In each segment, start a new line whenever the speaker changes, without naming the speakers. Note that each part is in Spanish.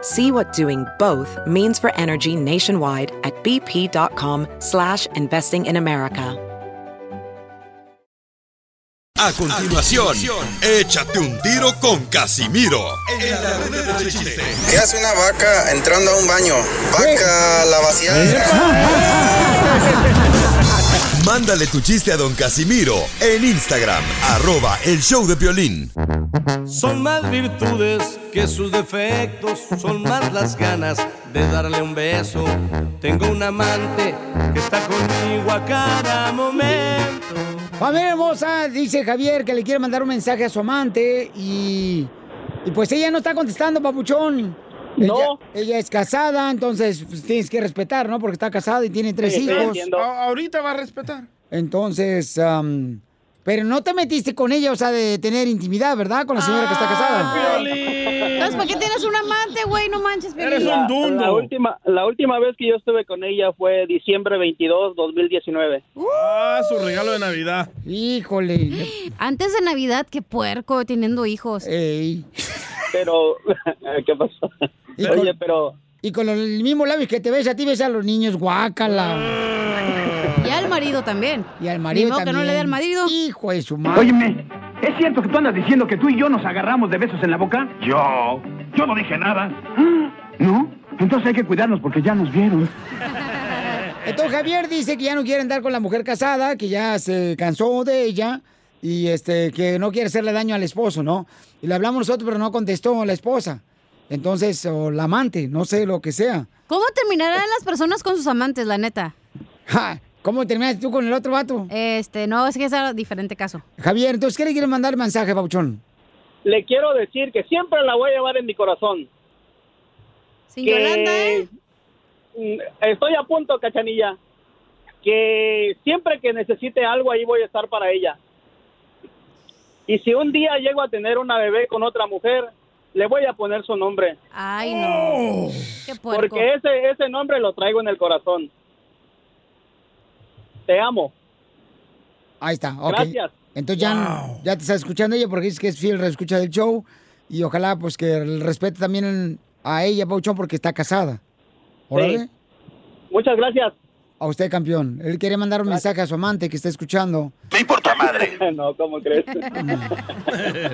See what doing both means for energy nationwide at bp.com slash investing in America.
A continuación, échate un tiro con Casimiro en la red del chiste.
¿Qué hace una vaca entrando a un baño? Vaca, la vaciada.
Mándale tu chiste a don Casimiro en Instagram, arroba el show de violín.
Son más virtudes que sus defectos, son más las ganas de darle un beso. Tengo un amante que está conmigo a cada momento.
Familia hermosa, dice Javier que le quiere mandar un mensaje a su amante y, y pues ella no está contestando, papuchón.
No.
Ella, ella es casada, entonces pues, tienes que respetar, ¿no? Porque está casada y tiene tres
Sí, estoy
hijos.
entiendo.
A- ahorita va a respetar.
Entonces, am, pero no te metiste con ella, o sea, de tener intimidad, ¿verdad? Con la señora que está
Ah.
casada.
Entonces, ¿por qué tienes un amante, güey? No manches, Piolín.
Eres un dundo.
La última, la última vez que yo estuve con ella fue diciembre 22, 2019.
Ah, su regalo de Navidad.
Híjole.
Antes de Navidad, qué puerco, teniendo hijos.
Eh, Ey.
Pero, ¿qué pasó?
Y con-
Oye, pero
Y con los mismos labios que te ves a ti, ves a los niños, guácala.
Y al marido también.
Y al marido
Ni modo que
también.
no le dé al marido.
Hijo de su madre.
Óyeme, ¿es cierto que tú andas diciendo que tú y yo nos agarramos de besos en la boca? Yo, yo no dije nada. ¿No? Entonces hay que cuidarnos porque ya nos vieron.
Entonces Javier dice que ya no quiere andar con la mujer casada, que ya se cansó de ella y este que no quiere hacerle daño al esposo, ¿no? Y le hablamos nosotros, pero no contestó la esposa. Entonces, o la amante, no sé lo que sea.
¿Cómo terminarán las personas con sus amantes, la neta?
Ja, ¿Cómo terminaste tú con el otro vato?
Este, no, es que es algo diferente caso.
Javier, entonces, ¿qué le quiere mandar mensaje, Pauchón?
le quiero decir que siempre la voy a llevar en mi corazón.
Sin
que-
Yolanda, ¿eh?
Mm, Estoy a punto, cachanilla. Que siempre que necesite algo, ahí voy a estar para ella. Y si un día llego a tener una bebé con otra mujer, le voy a poner su nombre.
Ay, no.
Oh.
Qué puerco.
Porque ese, ese nombre lo traigo en el corazón. Te amo.
Ahí está, ok.
Gracias.
Entonces ya, ya te está escuchando ella porque dice que es fiel, escucha del show y ojalá pues que respete también a ella, Pauchón, porque está casada. ¿Órale?
Muchas gracias.
A usted, campeón. Él quiere mandar un mensaje a su amante que está escuchando.
No, ¿cómo crees?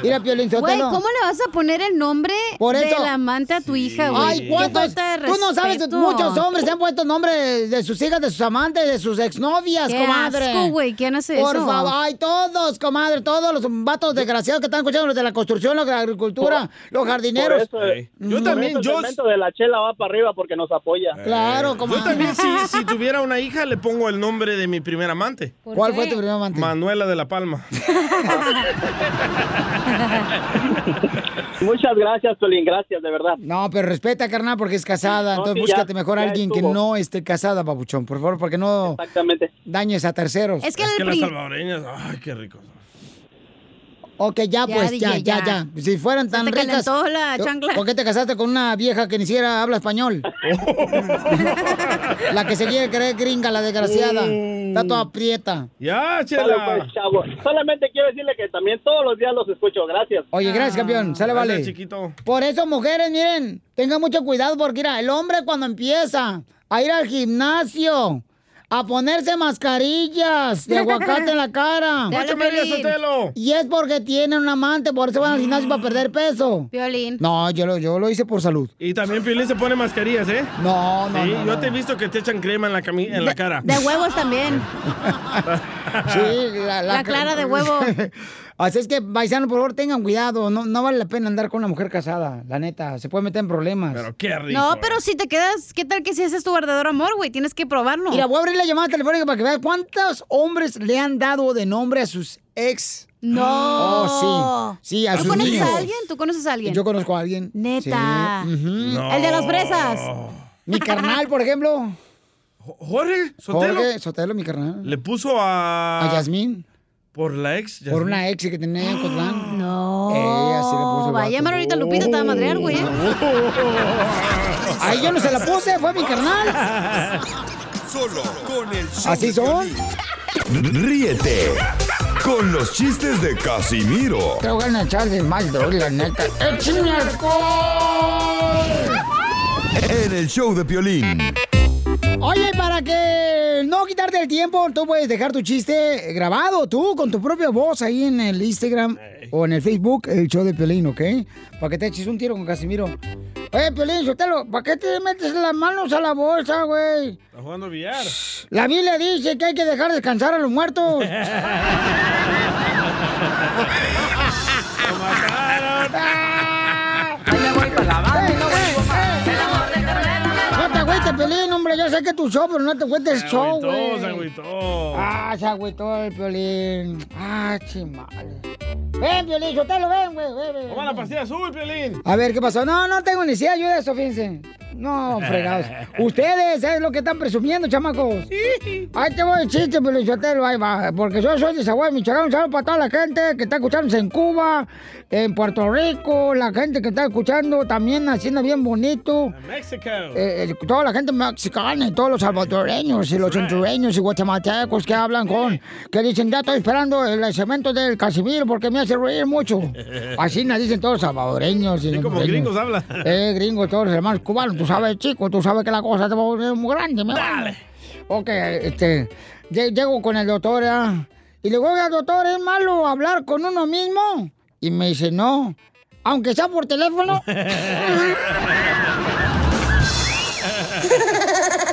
Mira, Piolín
Güey,
Sotelo.
¿cómo le vas a poner el nombre
Por eso.
del amante a tu hija, güey?
Ay,
Qué
¿cuántos?
falta de
Tú no sabes,
respeto.
muchos hombres se han puesto nombres de sus hijas, de sus amantes, de sus exnovias,
Qué
comadre.
asco, güey, ¿quién hace
Por
eso?
favor, ay, todos, comadre, todos los vatos desgraciados que están escuchando, los de la construcción, los de la agricultura, los
Por
jardineros.
eso,
eh, Yo también,
yo...
yo, Eh,
El segmento de la chela va para arriba porque nos apoya.
Claro,
yo
comadre.
también si, si tuviera una hija le pongo el nombre de mi primer amante.
¿Por
¿Cuál
qué?
fue tu primer amante?
Manuela de la Palma.
Muchas gracias, Tolín. Gracias, de verdad.
No, pero respeta, carnal, porque es casada.
No,
Entonces
sí,
búscate
ya-
mejor a
ya
alguien que
estuvo.
no esté casada, babuchón. Por favor, porque no
Exactamente.
dañes a terceros.
Es que,
Es
el
que las
pri-
salvadoreñas, ay, qué rico.
Ok, ya,
Ya,
pues,
DJ,
ya,
ya.
ya, ya, Si fueran tan
te
ricas.
calentó la
¿tú-
chancla?
¿Por qué te casaste con una vieja que ni siquiera habla español? la que se quiere creer gringa, la desgraciada. Está toda prieta.
Ya,
Dale,
chela.
pues, chavo. Solamente quiero decirle que también todos los días los escucho. Gracias.
Oye, gracias, campeón. Sale,
Gracias,
vale.
chiquito.
Por eso, mujeres, miren, tengan mucho cuidado porque mira, el hombre cuando empieza a ir al gimnasio, a ponerse mascarillas de aguacate en la cara.
Dale, Échame, Piolín. Elías Sotelo.
Y es porque tienen un amante, por eso van al gimnasio para perder peso.
Violín.
No, yo lo, yo lo hice por salud.
Y también Piolín se pone mascarillas, ¿eh?
No, no,
Sí,
no,
yo
no.
te he visto que te echan crema en la, cami- en la cara.
De huevos también.
Sí, la,
La clara de huevo.
Así es que, paisano, por favor, tengan cuidado. No, no vale la pena andar con una mujer casada, la neta. Se puede meter en problemas. Pero
qué
No,
¿eh?
pero si te quedas, ¿qué tal que si ese es tu verdadero amor, güey? Tienes que probarlo.
Mira, voy a abrir la llamada telefónica para que vean cuántos hombres le han dado de nombre a sus ex.
No.
Oh, sí. Sí, a
¿Tú
sus
conoces
niños.
a alguien? ¿Tú conoces a alguien?
Yo conozco a alguien.
Neta.
Sí, ujú.
El de las fresas.
Oh.
Mi carnal, por ejemplo.
Jorge Sotelo.
Jorge Sotelo, mi carnal.
Le puso a.
A Yasmín.
Por la ex.
Por una ex que tenía en Cotlán.
No.
Eh, así le puso el
Va a
vato.
llamar ahorita a Lupita, te va a madrear, güey.
Ahí yo no se la puse, fue mi carnal.
Solo con el show
Así
de
son.
Ríete con los chistes de Casimiro
Tengo ganas de echarle más droga, la neta. ¡Échame alcohol!
en el show de Piolín.
Oye, para que no quitarte el tiempo, tú puedes dejar tu chiste grabado tú con tu propia voz ahí en el Instagram o en el Facebook, el show de Piolín, ¿ok? Para que te eches un tiro con Casimiro. Oye, Piolín, Sotelo, ¿para qué te metes las manos a la bolsa, güey?
Está jugando billar.
La Biblia dice que hay que dejar descansar a los muertos. No te agüites, Pelín, hombre. Yo sé que tu show, pero no te agüites show, güey.
se agüitó.
Ah, se agüitó el Pelín. Ah, chimal. Ven, Piolín, yo te lo ven, güey. Ven, ven,
Toma la pastilla azul, Piolín.
A ver, ¿qué pasó? No, no tengo ni idea de ayuda eso, fíjense. No, fregados. Ustedes es lo que están presumiendo, chamacos. Ahí te voy el chiste, Pelichotelo, ahí va. Porque yo soy de Zaguay, Michoacán. Un saludo para toda la gente que está escuchándose en Cuba, en Puerto Rico, la gente que está escuchando también haciendo bien bonito.
México.
Eh, eh, toda la gente mexicana y todos los salvadoreños y los hondureños y guatemaltecos que hablan con, que dicen, ya estoy esperando el cemento del Casimiro porque me hace reír mucho. Así nos dicen todos los salvadoreños. Y
Sí, como
hondureños.
gringos habla.
Eh, gringos, todos los hermanos cubanos, tú sabes, chico, tú sabes que la cosa te va a volver muy grande. Me Dale. Ok, este, lle- llego con el doctor ¿ah? y le digo, oiga, doctor, ¿es malo hablar con uno mismo? Y me dice, no, aunque sea por teléfono.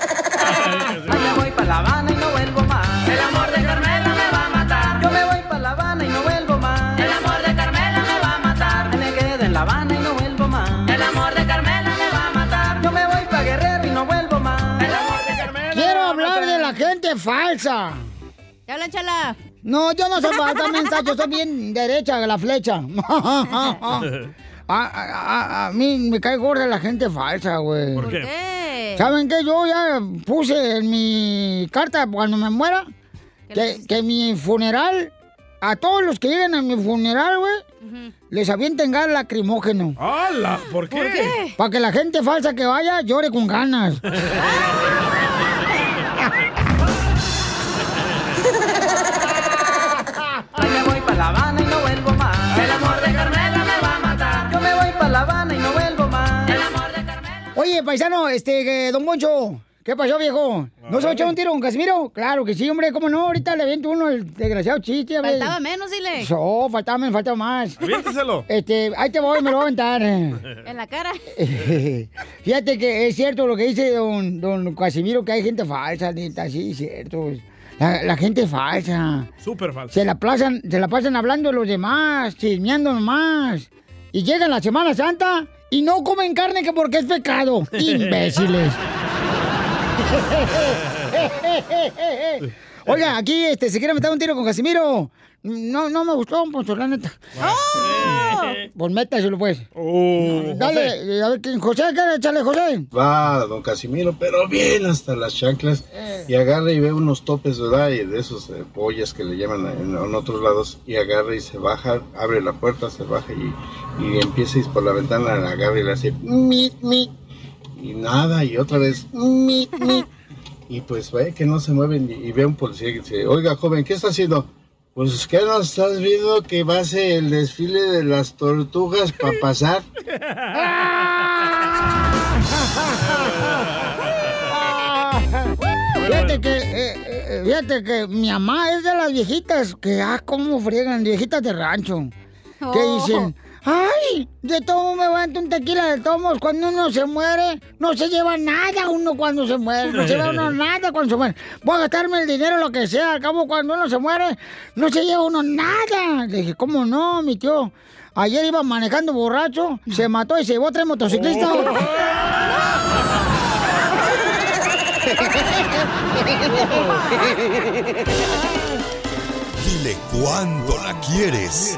me voy para La Habana y no vuelvo más. El amor de Carmela me va a matar. Yo me voy para La Habana y no vuelvo más. El amor de Carmela me va a matar. Me quedo en La Habana y no vuelvo más. El amor de Carmela me va a matar. Yo me voy para Guerrero y no vuelvo más. El amor de Carmela.
Quiero hablar de la gente falsa.
Ya habla, chala.
No, yo no soy falsa, mensa, yo soy bien derecha de la flecha. a, a- a- a mí me cae gorda la gente falsa, güey.
¿Por qué?
¿Saben qué? Yo ya puse en mi carta cuando me muera que, que mi funeral, a todos los que lleguen a mi funeral, güey, les avienten gas lacrimógeno.
¡Hala! ¿Por qué? ¿Por qué?
Para que la gente falsa que vaya llore con ganas.
me voy para La Habana y no vuelvo más. El amor de Carmela me va a matar. Yo me voy para La Habana y no vuelvo más. El amor de
Oye, paisano, este, eh, don Moncho, ¿qué pasó, viejo? ¿No se va a echar un tiro con Casimiro? Claro que sí, hombre, ¿cómo no? Ahorita le aviento uno el desgraciado chiste. a ver.
Faltaba menos, dile.
No, faltaba menos, faltaba más.
Aviénteselo.
Este, ahí te voy, me lo voy a aventar. eh.
En la cara.
Fíjate que es cierto lo que dice don, don Casimiro, que hay gente falsa, neta, sí, cierto. La, la gente es falsa.
Súper falso.
Se la, plazan, se la pasan hablando de los demás, chismeando nomás. Y llegan la Semana Santa y no comen carne que porque es pecado. Imbéciles. Oiga, aquí este, se quiere meter un tiro con Casimiro. No, no me gustó, Poncho, la neta. Pues métaselo, pues. Dale, eh, a ver, ¿quién? José, ¿qué? Échale, José.
Va, don Casimiro, pero bien hasta las chanclas. Y agarra y ve unos topes, ¿verdad? Y de esos eh, pollas que le llaman en, en otros lados. Y agarra y se baja, abre la puerta, se baja y, y empieza a ir por la ventana, la agarra y le hace mi, mi. Y nada, y otra vez mi, mi. Y pues ve que no se mueven y, y ve un policía que dice, oiga, joven, ¿qué está haciendo? Pues que no estás viendo que va a ser el desfile de las tortugas para pasar.
Fíjate que eh, eh, fíjate que mi mamá es de las viejitas que, ah, cómo friegan, viejitas de rancho. Que
Oh.
dicen, ay, de todo me aguanto un tequila de tomos. Cuando uno se muere, no se lleva nada uno cuando se muere. No se lleva uno nada cuando se muere. Voy a gastarme el dinero, lo que sea. Al cabo, cuando uno se muere, no se lleva uno nada. Le dije, ¿cómo no, mi tío? Ayer iba manejando borracho, se mató y se llevó tres motociclistas.
Oh.
Dile cuándo la quieres.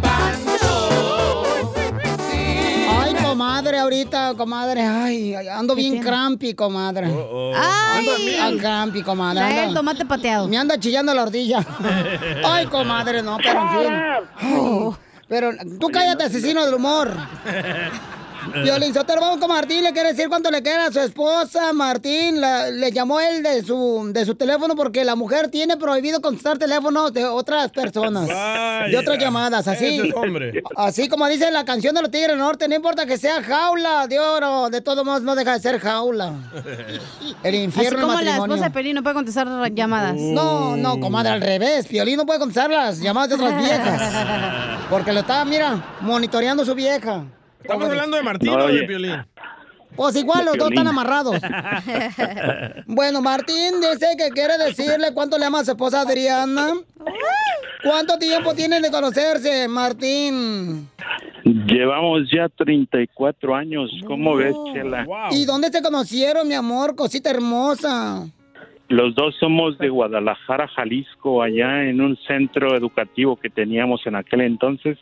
pancho.
Ay, comadre, ahorita, comadre. Ay, ay, ando
¿Qué
bien
tiene?
crampi, comadre.
Oh, Ay. Anda bien.
Ando crampi, comadre.
Trae el
tomate pateado. Me anda chillando la ardilla. Ay, comadre, no, pero en fin. Ay, pero tú cállate, asesino del humor. Violín Sotelo, vamos con Martín, le quiere decir cuánto le queda a su esposa, Martín, la- le llamó él de su, de su teléfono porque la mujer tiene prohibido contestar teléfonos de otras personas,
Vaya.
de otras llamadas, así.
Eso es hombre.
Así como dice la canción de los Tigres del Norte, no importa que sea jaula de oro, de todos modos no deja de ser jaula. El infierno
Así como
del
la
matrimonio.
esposa de Pelín no puede contestar ra- llamadas.
No, no, comadre, al revés. Piolín no puede contestar las llamadas de otras viejas. Porque lo está, mira, monitoreando su vieja.
Estamos hablando de Martín
No,
o de
oye.
Piolín.
Pues igual, los dos
Piolín.
están amarrados. Bueno, Martín dice que quiere decirle cuánto le ama a su esposa Adriana. ¿Cuánto tiempo tienen de conocerse, Martín?
Llevamos ya 34 años. ¿Cómo ves, Chela?
¿Y dónde se conocieron, mi amor? Cosita hermosa.
Los dos somos de Guadalajara, Jalisco, allá en un centro educativo que teníamos en aquel entonces.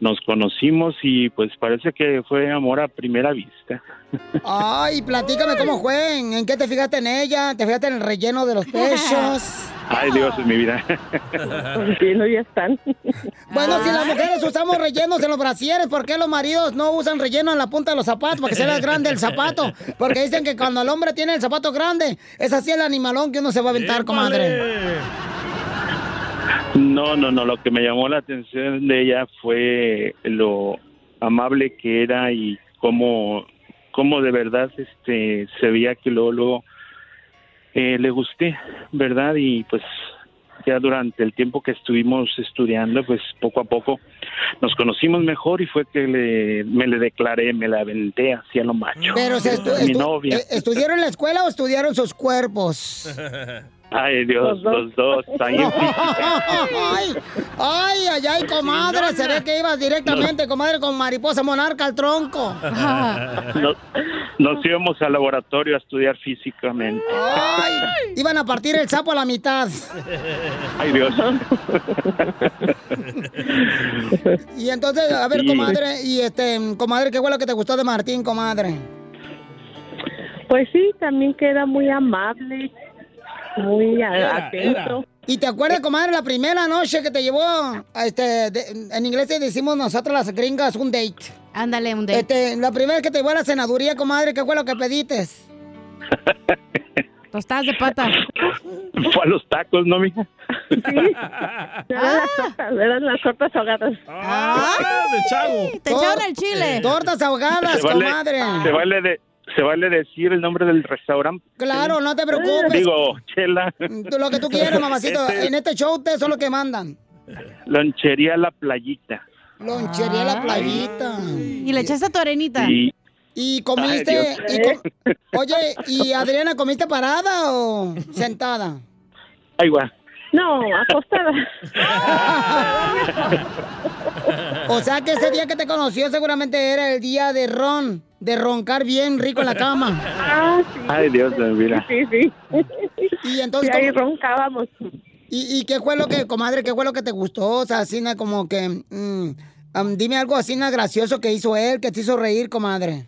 Nos conocimos y pues parece que fue amor a primera vista.
Ay, platícame cómo fue. ¿En qué te fijaste en ella? ¿Te fijaste en el relleno de los pechos?
Ay, Dios, es mi vida.
ya están.
Bueno, si las mujeres usamos rellenos en los brasieres, ¿por qué los maridos no usan relleno en la punta de los zapatos? Para que sea grande el zapato. Porque dicen que cuando el hombre tiene el zapato grande, es así el animalón que uno se va a aventar, comadre.
No, no, no. Lo que me llamó la atención de ella fue lo amable que era y cómo, cómo de verdad este, se veía que luego, luego, eh, le gusté, ¿verdad? Y pues ya durante el tiempo que estuvimos estudiando, pues poco a poco nos conocimos mejor y fue que le, me le declaré, me la aventé hacia lo macho.
Pero se estu-
Mi
estu-
novia.
eh, ¿estudiaron en la escuela o estudiaron sus cuerpos?
Ay, Dios, los dos. ahí en
Ay, ay, ay, ay,
Pues
comadre, se ve que ibas directamente, comadre, con mariposa monarca al tronco.
Nos, nos íbamos al laboratorio a estudiar físicamente.
Ay, iban a partir el sapo a la mitad.
Ay, Dios.
Y entonces, a ver,
Sí.
comadre, y este, comadre, ¿qué fue lo que te gustó de Martín, comadre?
Pues sí, también que era muy amable, muy a- atento.
¿Y te acuerdas, comadre, la primera noche que te llevó, a este, de- en inglés te decimos nosotros las gringas, un date? Ándale, un date. Este, la primera que te llevó a la senaduría, comadre, ¿qué fue lo que pediste? Tostadas de pata.
Fue a los tacos, ¿no, mija?
Eran las
Ah.
tortas, eran las tortas ahogadas.
de chavo.
Te echaron el chile. eh, Tortas ahogadas,
se, vale,
comadre.
se, vale de- se vale decir el nombre del restaurante.
Claro, no te preocupes.
Digo, chela.
Tú Lo que tú quieras, mamacito.
Este-
En este show ustedes son los que mandan.
Lonchería La Playita.
Lonchería
Ah.
la playita. Y
le echaste tu arenita.
Y
Y comiste.
Ay, Dios.
y com- Oye, ¿y Adriana comiste parada o sentada?
Ay, guau.
No, acostada. o sea que ese día que te conoció seguramente era el día de ron, de roncar bien rico en la cama. Ah,
Ay, Dios, mira.
Sí, sí. Y entonces.
Sí, ahí
roncábamos. ¿Y, ¿Y qué fue lo que, comadre, qué fue lo que te gustó? O sea, así na- como que. mm, am, dime algo así na gracioso que hizo él, que te hizo reír, comadre.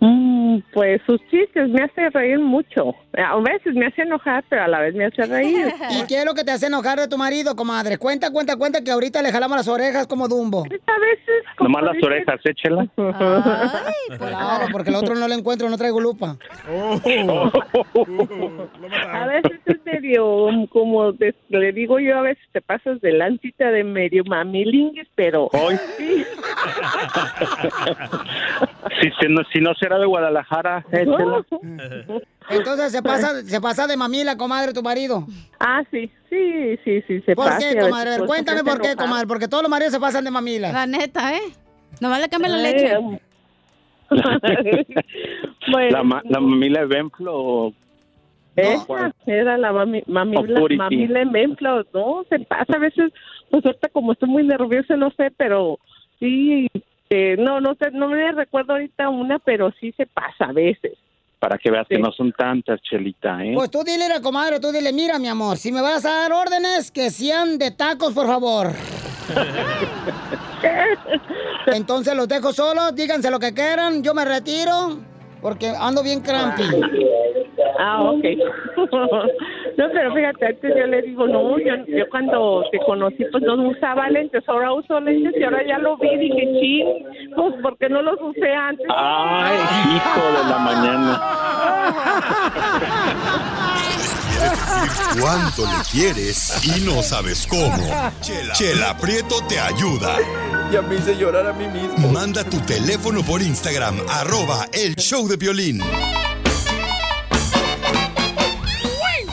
Mm, pues sus chistes me hace reír mucho. Eh, A veces me hace enojar, pero a la vez me hace reír.
¿Y qué es lo que te hace enojar de tu marido, comadre? Cuenta, cuenta, cuenta que ahorita le jalamos las orejas como Dumbo.
A veces.
Nomás las orejas, ¿eh, échela.
Claro, porque el otro no lo encuentro, no traigo lupa. Oh,
Oh. A veces es medio, um, como de- le digo yo, a veces te pasas de lancita de medio mamilingues, pero
Hoy.
sí,
si, se no, si no será de Guadalajara, ¿eh, échela.
Entonces se pasa, se pasa de mamila, comadre, tu marido.
Ah, sí, sí, sí, sí, se
¿Por
pasa, a
qué,
veces,
comadre? A ver,
pues,
cuéntame
se hace
por qué,
enojar.
comadre, porque todos los maridos se pasan de mamila.
La neta, ¿eh? Nomás le cambia la
Ay,
leche.
am- Bueno,
la, ma- la mamila de Benflo o-
Esa era la mami, mami,
O Purity.
mami la ejemplo, ¿no? Se pasa a veces, pues ahorita como estoy muy nerviosa, no sé, pero sí, eh, no, no sé, no me recuerdo ahorita una, pero sí se pasa a veces.
para que veas que no son tantas, Chelita, ¿eh?
Pues tú dile a la comadre, tú dile, mira, mi amor, si me vas a dar órdenes, que sean de tacos, por favor. Entonces los dejo solos, díganse lo que quieran, yo me retiro, porque ando bien crampi.
Ah, ok. no, pero fíjate, antes yo le digo, no, yo, yo cuando te conocí, pues no usaba lentes, ahora uso lentes y ahora ya lo vi, dije, sí, pues porque no los usé antes.
Ay, hijo de la mañana.
¿Cuánto le quieres y no sabes cómo? Chela, Chela Prieto te ayuda. Ya me hice llorar a mí mismo. Manda tu teléfono por Instagram, arroba el show de violín.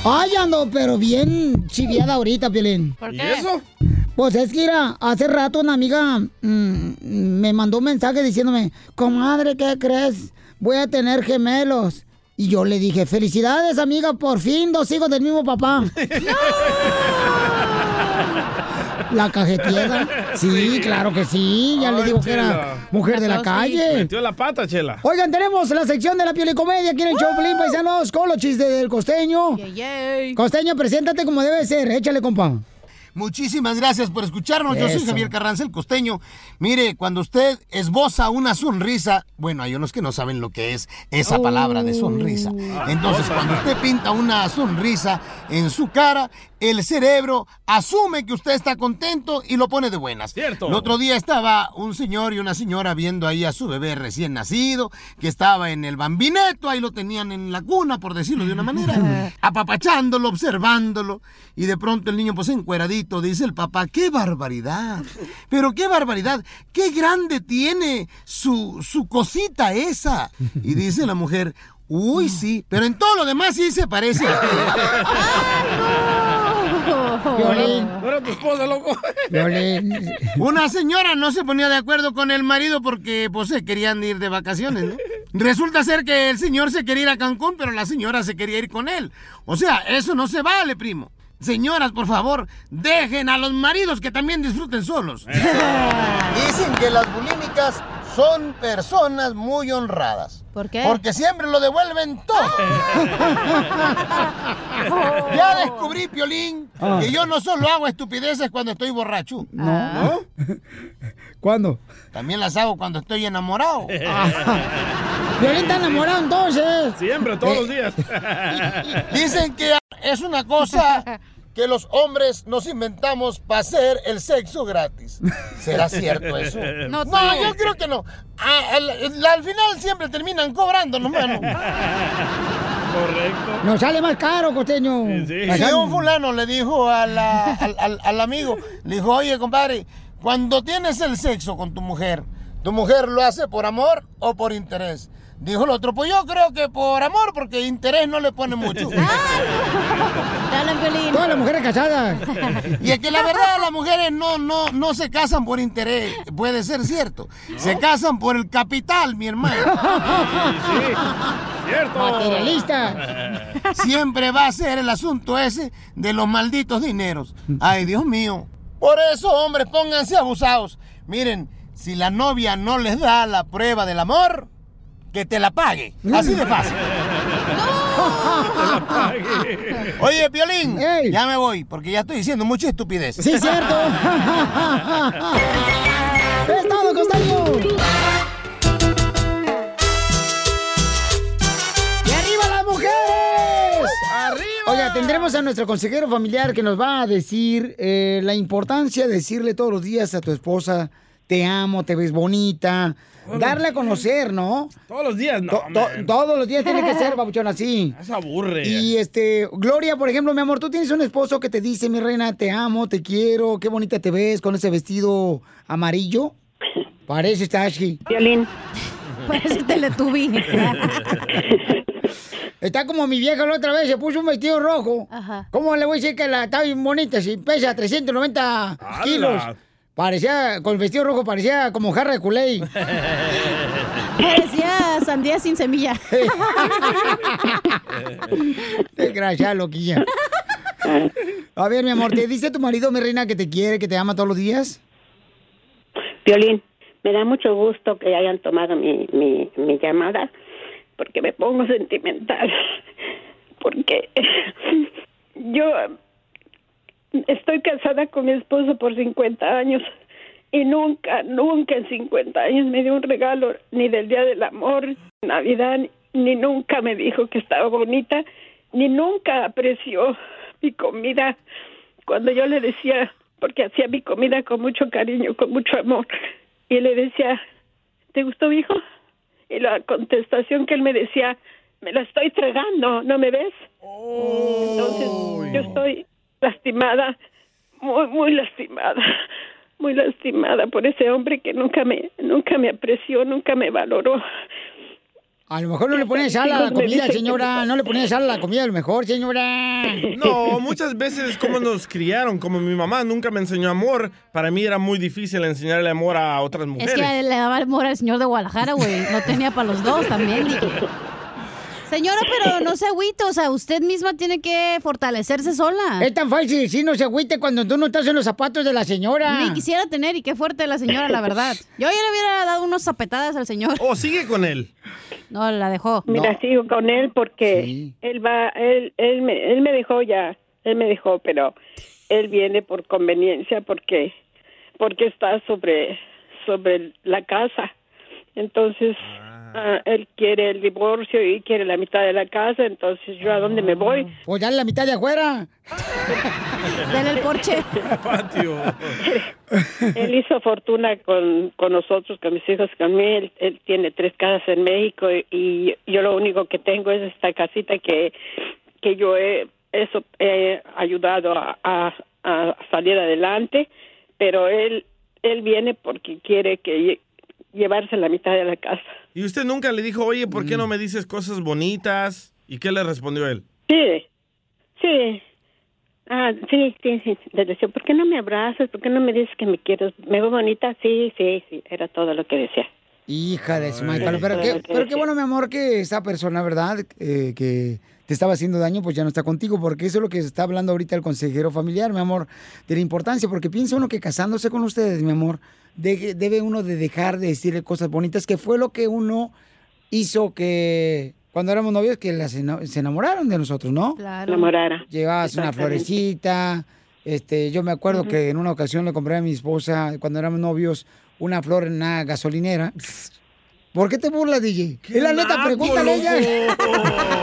Ay, ando, pero bien chiviada ahorita, Piolín.
¿Por qué? ¿Y eso?
Pues es que, mira, hace rato una amiga mm, me mandó un mensaje diciéndome, comadre, ¿qué crees? Voy a tener gemelos. Y yo le dije, felicidades, amiga, por fin dos hijos del mismo papá. La cajeteada. Sí, claro que sí. Ya le
Ay,
digo que
Chela.
era mujer de la calle.
Metió la pata, Chela.
Oigan, tenemos la sección de la piolicomedia aquí en el show, Pelín, paisanos, con los chistes del costeño. Costeño, preséntate como debe ser, échale, compa.
Muchísimas gracias por escucharnos. Yo soy
Eso.
Javier Carranza, el costeño. Mire, cuando usted esboza una sonrisa, bueno, hay unos que no saben lo que es esa palabra de sonrisa. Entonces, cuando usted pinta una sonrisa en su cara, el cerebro asume que usted está contento y lo pone de buenas. Cierto. El otro día estaba un señor y una señora viendo ahí a su bebé recién nacido, que estaba en el bambineto, ahí lo tenían en la cuna, por decirlo de una manera, apapachándolo, observándolo, y de pronto el niño, pues encueradito, dice el papá, qué barbaridad, pero qué barbaridad, qué grande tiene su, su cosita esa. Y dice la mujer, uy, sí, pero en todo lo demás sí se parece. a ti".
Violín.
No era tu esposa, loco.
Violín.
Una señora no se ponía de acuerdo con el marido porque, pues, se querían ir de vacaciones, ¿no? Resulta ser que el señor se quería ir a Cancún, pero la señora se quería ir con él. O sea, eso no se vale, primo. Señoras, por favor, dejen a los maridos que también disfruten solos. Dicen que las bulímicas son personas muy honradas.
¿Por qué?
Porque siempre lo devuelven todo. ya descubrí, Piolín,
Ah.
que yo no solo hago estupideces cuando estoy borracho. ¿Eh?
No. ¿Cuándo?
También las hago cuando estoy enamorado.
Violín está enamorado entonces. Eh,
Siempre,
todos los
días. Eh, Dicen que es una cosa que los hombres nos inventamos para hacer el sexo gratis. ¿Será cierto eso?
No, tú.
yo creo que no. A- al, al final siempre terminan cobrando, hermano. Correcto.
Nos sale más caro, costeño.
Si un fulano le dijo a la- al, al- al amigo, le dijo, oye, compadre, cuando tienes el sexo con tu mujer, ¿tu mujer lo hace por amor o por interés? Dijo el otro, pues yo creo que por amor, porque interés no le pone mucho.
Dale, Pelín.
Todas las mujeres casadas.
Y es que la verdad las mujeres no, no, no se casan por interés, puede ser cierto. Se casan por el capital, mi hermano. Cierto.
Materialista.
Siempre va a ser el asunto ese de los malditos dineros. Ay, Dios mío. Por eso, hombres, pónganse abusados. Miren, si la novia no les da la prueba del amor, que te la pague. Así de fácil. Oye, Piolín, ya me voy, porque ya estoy diciendo mucha estupidez.
Sí, cierto. ¡Es todo, costeño! Oiga, tendremos a nuestro consejero familiar que nos va a decir eh, la importancia de decirle todos los días a tu esposa, te amo, te ves bonita, darle a conocer, ¿no?
Todos los días, no.
To- to-
man.
todos los días tiene que ser, babuchón, así.
Se aburre.
Y este, Gloria, por ejemplo, mi amor, tú tienes un esposo que te dice, mi reina, te amo, te quiero, qué bonita te ves con ese vestido amarillo. Parece Tashi. Violín. Parece Teletubby. Está como mi vieja la otra vez, se puso un vestido rojo. ¿Cómo le voy a decir que la está bien bonita si pesa 390 kilos? Parecía, con el vestido rojo parecía como jarra de culé.
Parecía sandía sin semilla.
Desgraciada, loquilla. A ver, mi amor, ¿te dice tu marido, mi reina, que te quiere, que te ama todos los días?
Violín, me da mucho gusto que hayan tomado mi, mi, mi llamada porque me pongo sentimental. Porque yo estoy casada con mi esposo por 50 años y nunca, nunca en 50 años me dio un regalo ni del Día del Amor, Navidad, ni nunca me dijo que estaba bonita, ni nunca apreció mi comida cuando yo le decía, porque hacía mi comida con mucho cariño, con mucho amor, y le decía, ¿te gustó, mi hijo? Y la contestación que él me decía, me la estoy tragando, ¿no me ves? Entonces, yo estoy lastimada, muy, muy lastimada, muy lastimada por ese hombre que nunca me, nunca me apreció, nunca me valoró.
A lo mejor no le ponen sal a la comida, señora. No le ponen sal a la comida, a lo mejor, señora.
No, muchas veces como nos criaron, como mi mamá nunca me enseñó amor, para mí era muy difícil enseñarle amor a otras
Es
mujeres.
que le daba amor al señor de Guadalajara, güey. No tenía para los dos también. dije. Señora, pero no se agüite, o sea, usted misma tiene que fortalecerse sola.
Es tan fácil decir no se agüite cuando tú no estás en los zapatos de la señora.
Ni quisiera tener, y qué fuerte la señora, la verdad. Yo ya le hubiera dado unos zapetadas al señor.
Oh, sigue con él.
No, la dejó.
Mira, sigo con él porque él va, él, él, me, él me dejó ya, él me dejó, pero él viene por conveniencia porque, porque está sobre, sobre la casa. Entonces, ah, él quiere el divorcio y quiere la mitad de la casa, entonces yo a dónde me voy.
Pues dale la mitad de afuera.
Dale el porche.
él hizo fortuna con, con nosotros, con mis hijos, con mí. Él, él tiene tres casas en México y, y yo lo único que tengo es esta casita que, que yo he, eso, he ayudado a, a- a salir adelante, pero él, él viene porque quiere que lle- llevarse la mitad de la casa.
Y usted nunca le dijo, oye, ¿por qué
Mm.
no me dices cosas bonitas? ¿Y qué le respondió él?
Sí, sí. Ah, sí, sí, sí. Le decía, ¿por qué no me abrazas? ¿Por qué no me dices que me quieres? ¿Me veo bonita? Sí, sí, sí. Era todo lo que decía.
Hija de su madre. Pero, pero qué, pero qué bueno, mi amor, que esa persona, ¿verdad? Eh, que te estaba haciendo daño, pues ya no está contigo, porque eso es lo que está hablando ahorita el consejero familiar, mi amor, de la importancia, porque piensa uno que casándose con ustedes, mi amor, de- debe uno de dejar de decirle cosas bonitas, que fue lo que uno hizo que cuando éramos novios, que las eno- se enamoraron de nosotros, ¿no?
Claro. Enamorara.
Llevabas una
Exactamente.
florecita. Este, yo me acuerdo
Ujú.
que en una ocasión le compré a mi esposa, cuando éramos novios, una flor en una gasolinera. ¿Por qué te burlas, DJ? Es la neta,
naco,
pregúntale a ella.
loco!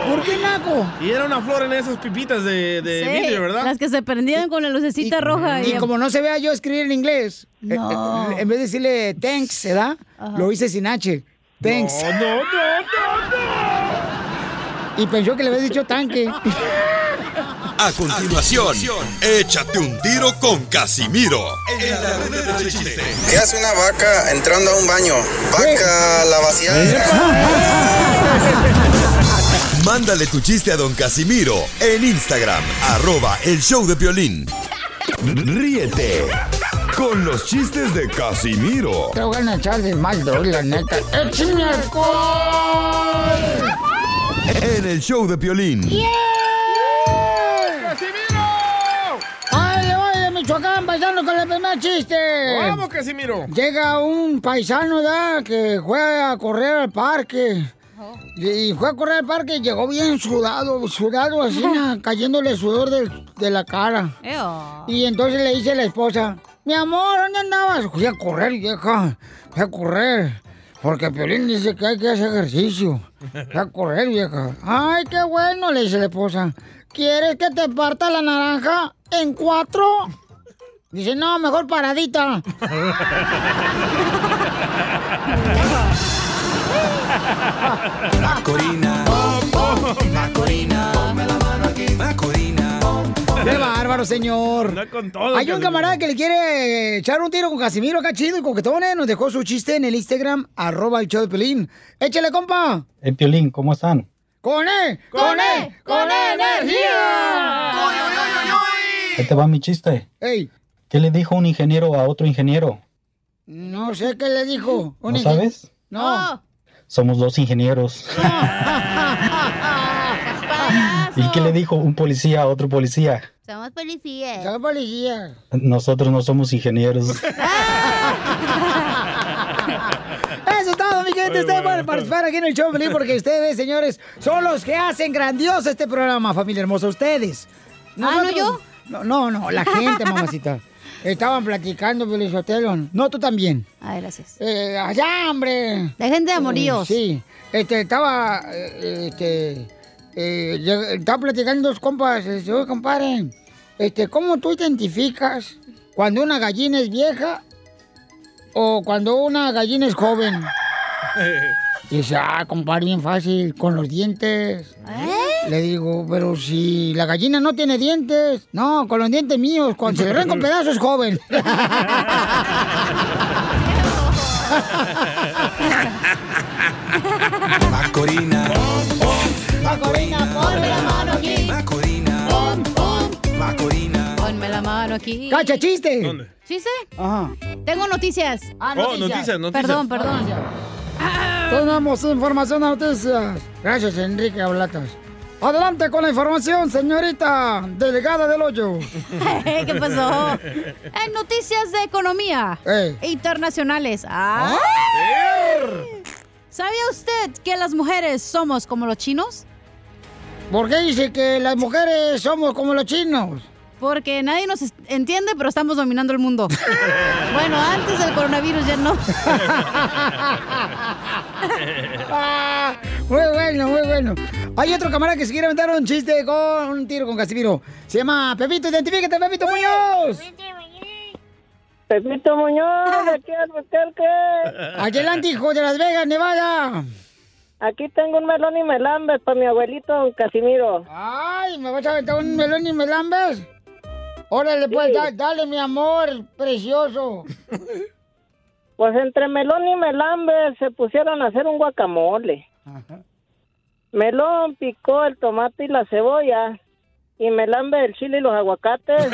¿Por qué naco?
Y era una flor en esas pipitas de, de
Sí,
vidrio, ¿verdad?
Las que se prendían con la lucecita roja.
Y como no se vea yo escribir en inglés, eh,
No.
eh, en vez de decirle thanks, ¿verdad? Lo hice sin H. Thanks.
no, no,
Y pensó que le había dicho tanque.
A continuación, échate un tiro con Casimiro. En la red de chiste.
¿Qué hace una vaca entrando a un baño? Vaca la vaciada.
Mándale tu chiste a don Casimiro en Instagram, arroba el show de violín. Ríete con los chistes de Casimiro
Te voy a echar de mal, doy, la neta. ¡Eh, ¡Échame alcohol!
en el show de violín.
¡Ay, oye, Michoacán, paisano, con el primer chiste!
Vamos, Casimiro.
Llega un paisano, ¿da? Que fue a correr al parque. Y y fue a correr al parque y llegó bien sudado, sudado así, na, cayéndole sudor del- de la cara. Y entonces le dice la esposa, mi amor, ¿dónde andabas? Fui a correr, vieja, fui a correr. Porque Piolín dice que hay que hacer ejercicio. A correr, vieja. Ay, qué bueno, le dice la esposa. ¿Quieres que te parta la naranja en cuatro? Dice, no, mejor paradita.
Macorina, Macorina, ponme la mano aquí, Macorina.
¡Qué bárbaro, señor! Hay un
Casimiro.
camarada que le quiere echar un tiro con Casimiro, acá chido y coquetone. Nos dejó su chiste en el Instagram, arroba el show de Piolín. ¡Échale, compa!
Eh, Piolín, ¿cómo están?
¡Con él! ¡Con él! ¡Con energía!
Ahí te va mi chiste.
¡Ey!
¿Qué le dijo un ingeniero a otro ingeniero?
No sé qué le dijo. Un
¿No
ingen-
sabes?
No.
Somos dos ingenieros.
Ah. Oh.
¿Y qué le dijo un policía a otro policía?
Somos policías. Somos policías.
Nosotros no somos ingenieros.
Eso es todo, mi gente. Ustedes pueden participar aquí en el show, Felipe, porque ustedes, señores, son los que hacen grandioso este programa, familia hermosa. Ustedes.
¿no yo?
No, no, no, la gente, mamacita. Estaban platicando, Feliz No, tú también.
Ah, gracias.
Eh, allá, hombre.
La gente de amoríos.
Eh, sí. Este, estaba, eh, este, eh, lleg- estaba platicando dos compas. Dice, oye, compadre, este, ¿cómo tú identificas cuando una gallina es vieja o cuando una gallina es joven? Dice, ah, compadre, bien fácil, con los dientes.
¿Eh?
Le digo, pero si la gallina no tiene dientes. No, con los dientes míos, cuando se le arranca un pedazo es joven.
Macorina,
Macorina, ponme la mano aquí.
Macorina, Macorina.
Ponme la mano aquí.
¡Cacha, chiste!
¿Dónde? ¿Chiste?
Ajá.
Tengo noticias.
Ah,
no.
noticias. noticias, Ah, noticias.
Perdón, perdón.
Tenemos información, noticias. Gracias, Enrique Ablatas. Adelante con la información, señorita delegada del hoyo.
¿Qué pasó? En noticias de economía internacionales. Ah. ¿Sabía usted que las mujeres somos como los chinos?
¿Por qué dice que las mujeres somos como los chinos?
Porque nadie nos es- entiende, pero estamos dominando el mundo. bueno, antes del coronavirus ya no.
Ah, muy bueno, muy bueno. Hay otro camarada que se quiere aventar un chiste con un tiro con Casimiro. Se llama Pepito, identifícate, Pepito Muñoz. Pepito Muñoz, de aquí Adelante, hijo de Las Vegas, Nevada.
Aquí tengo un melón y melambes para mi abuelito don Casimiro.
Ay, me vas a aventar un melón y melambes. Órale, pues, da- dale, mi amor, precioso.
Pues entre melón y melambes se pusieron a hacer un guacamole. Melón picó el tomate y la cebolla y melambe el chile y los aguacates.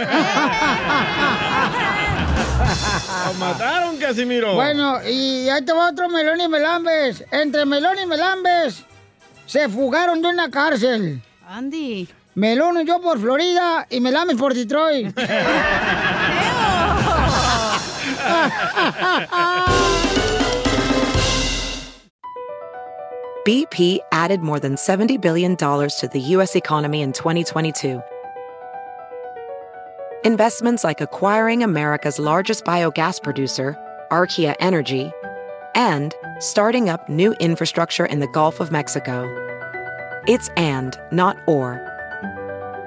¡Lo mataron, Casimiro!
Bueno, y ahí te va otro melón y melambes. Entre melón y melambes se fugaron de una cárcel.
Andy.
Melón huyó por Florida y melambes por Detroit.
BP added more than $70 billion to the U.S. economy in 2022. Investments like acquiring America's largest biogas producer, Archaea Energy, and starting up new infrastructure in the Gulf of Mexico. It's and, not or.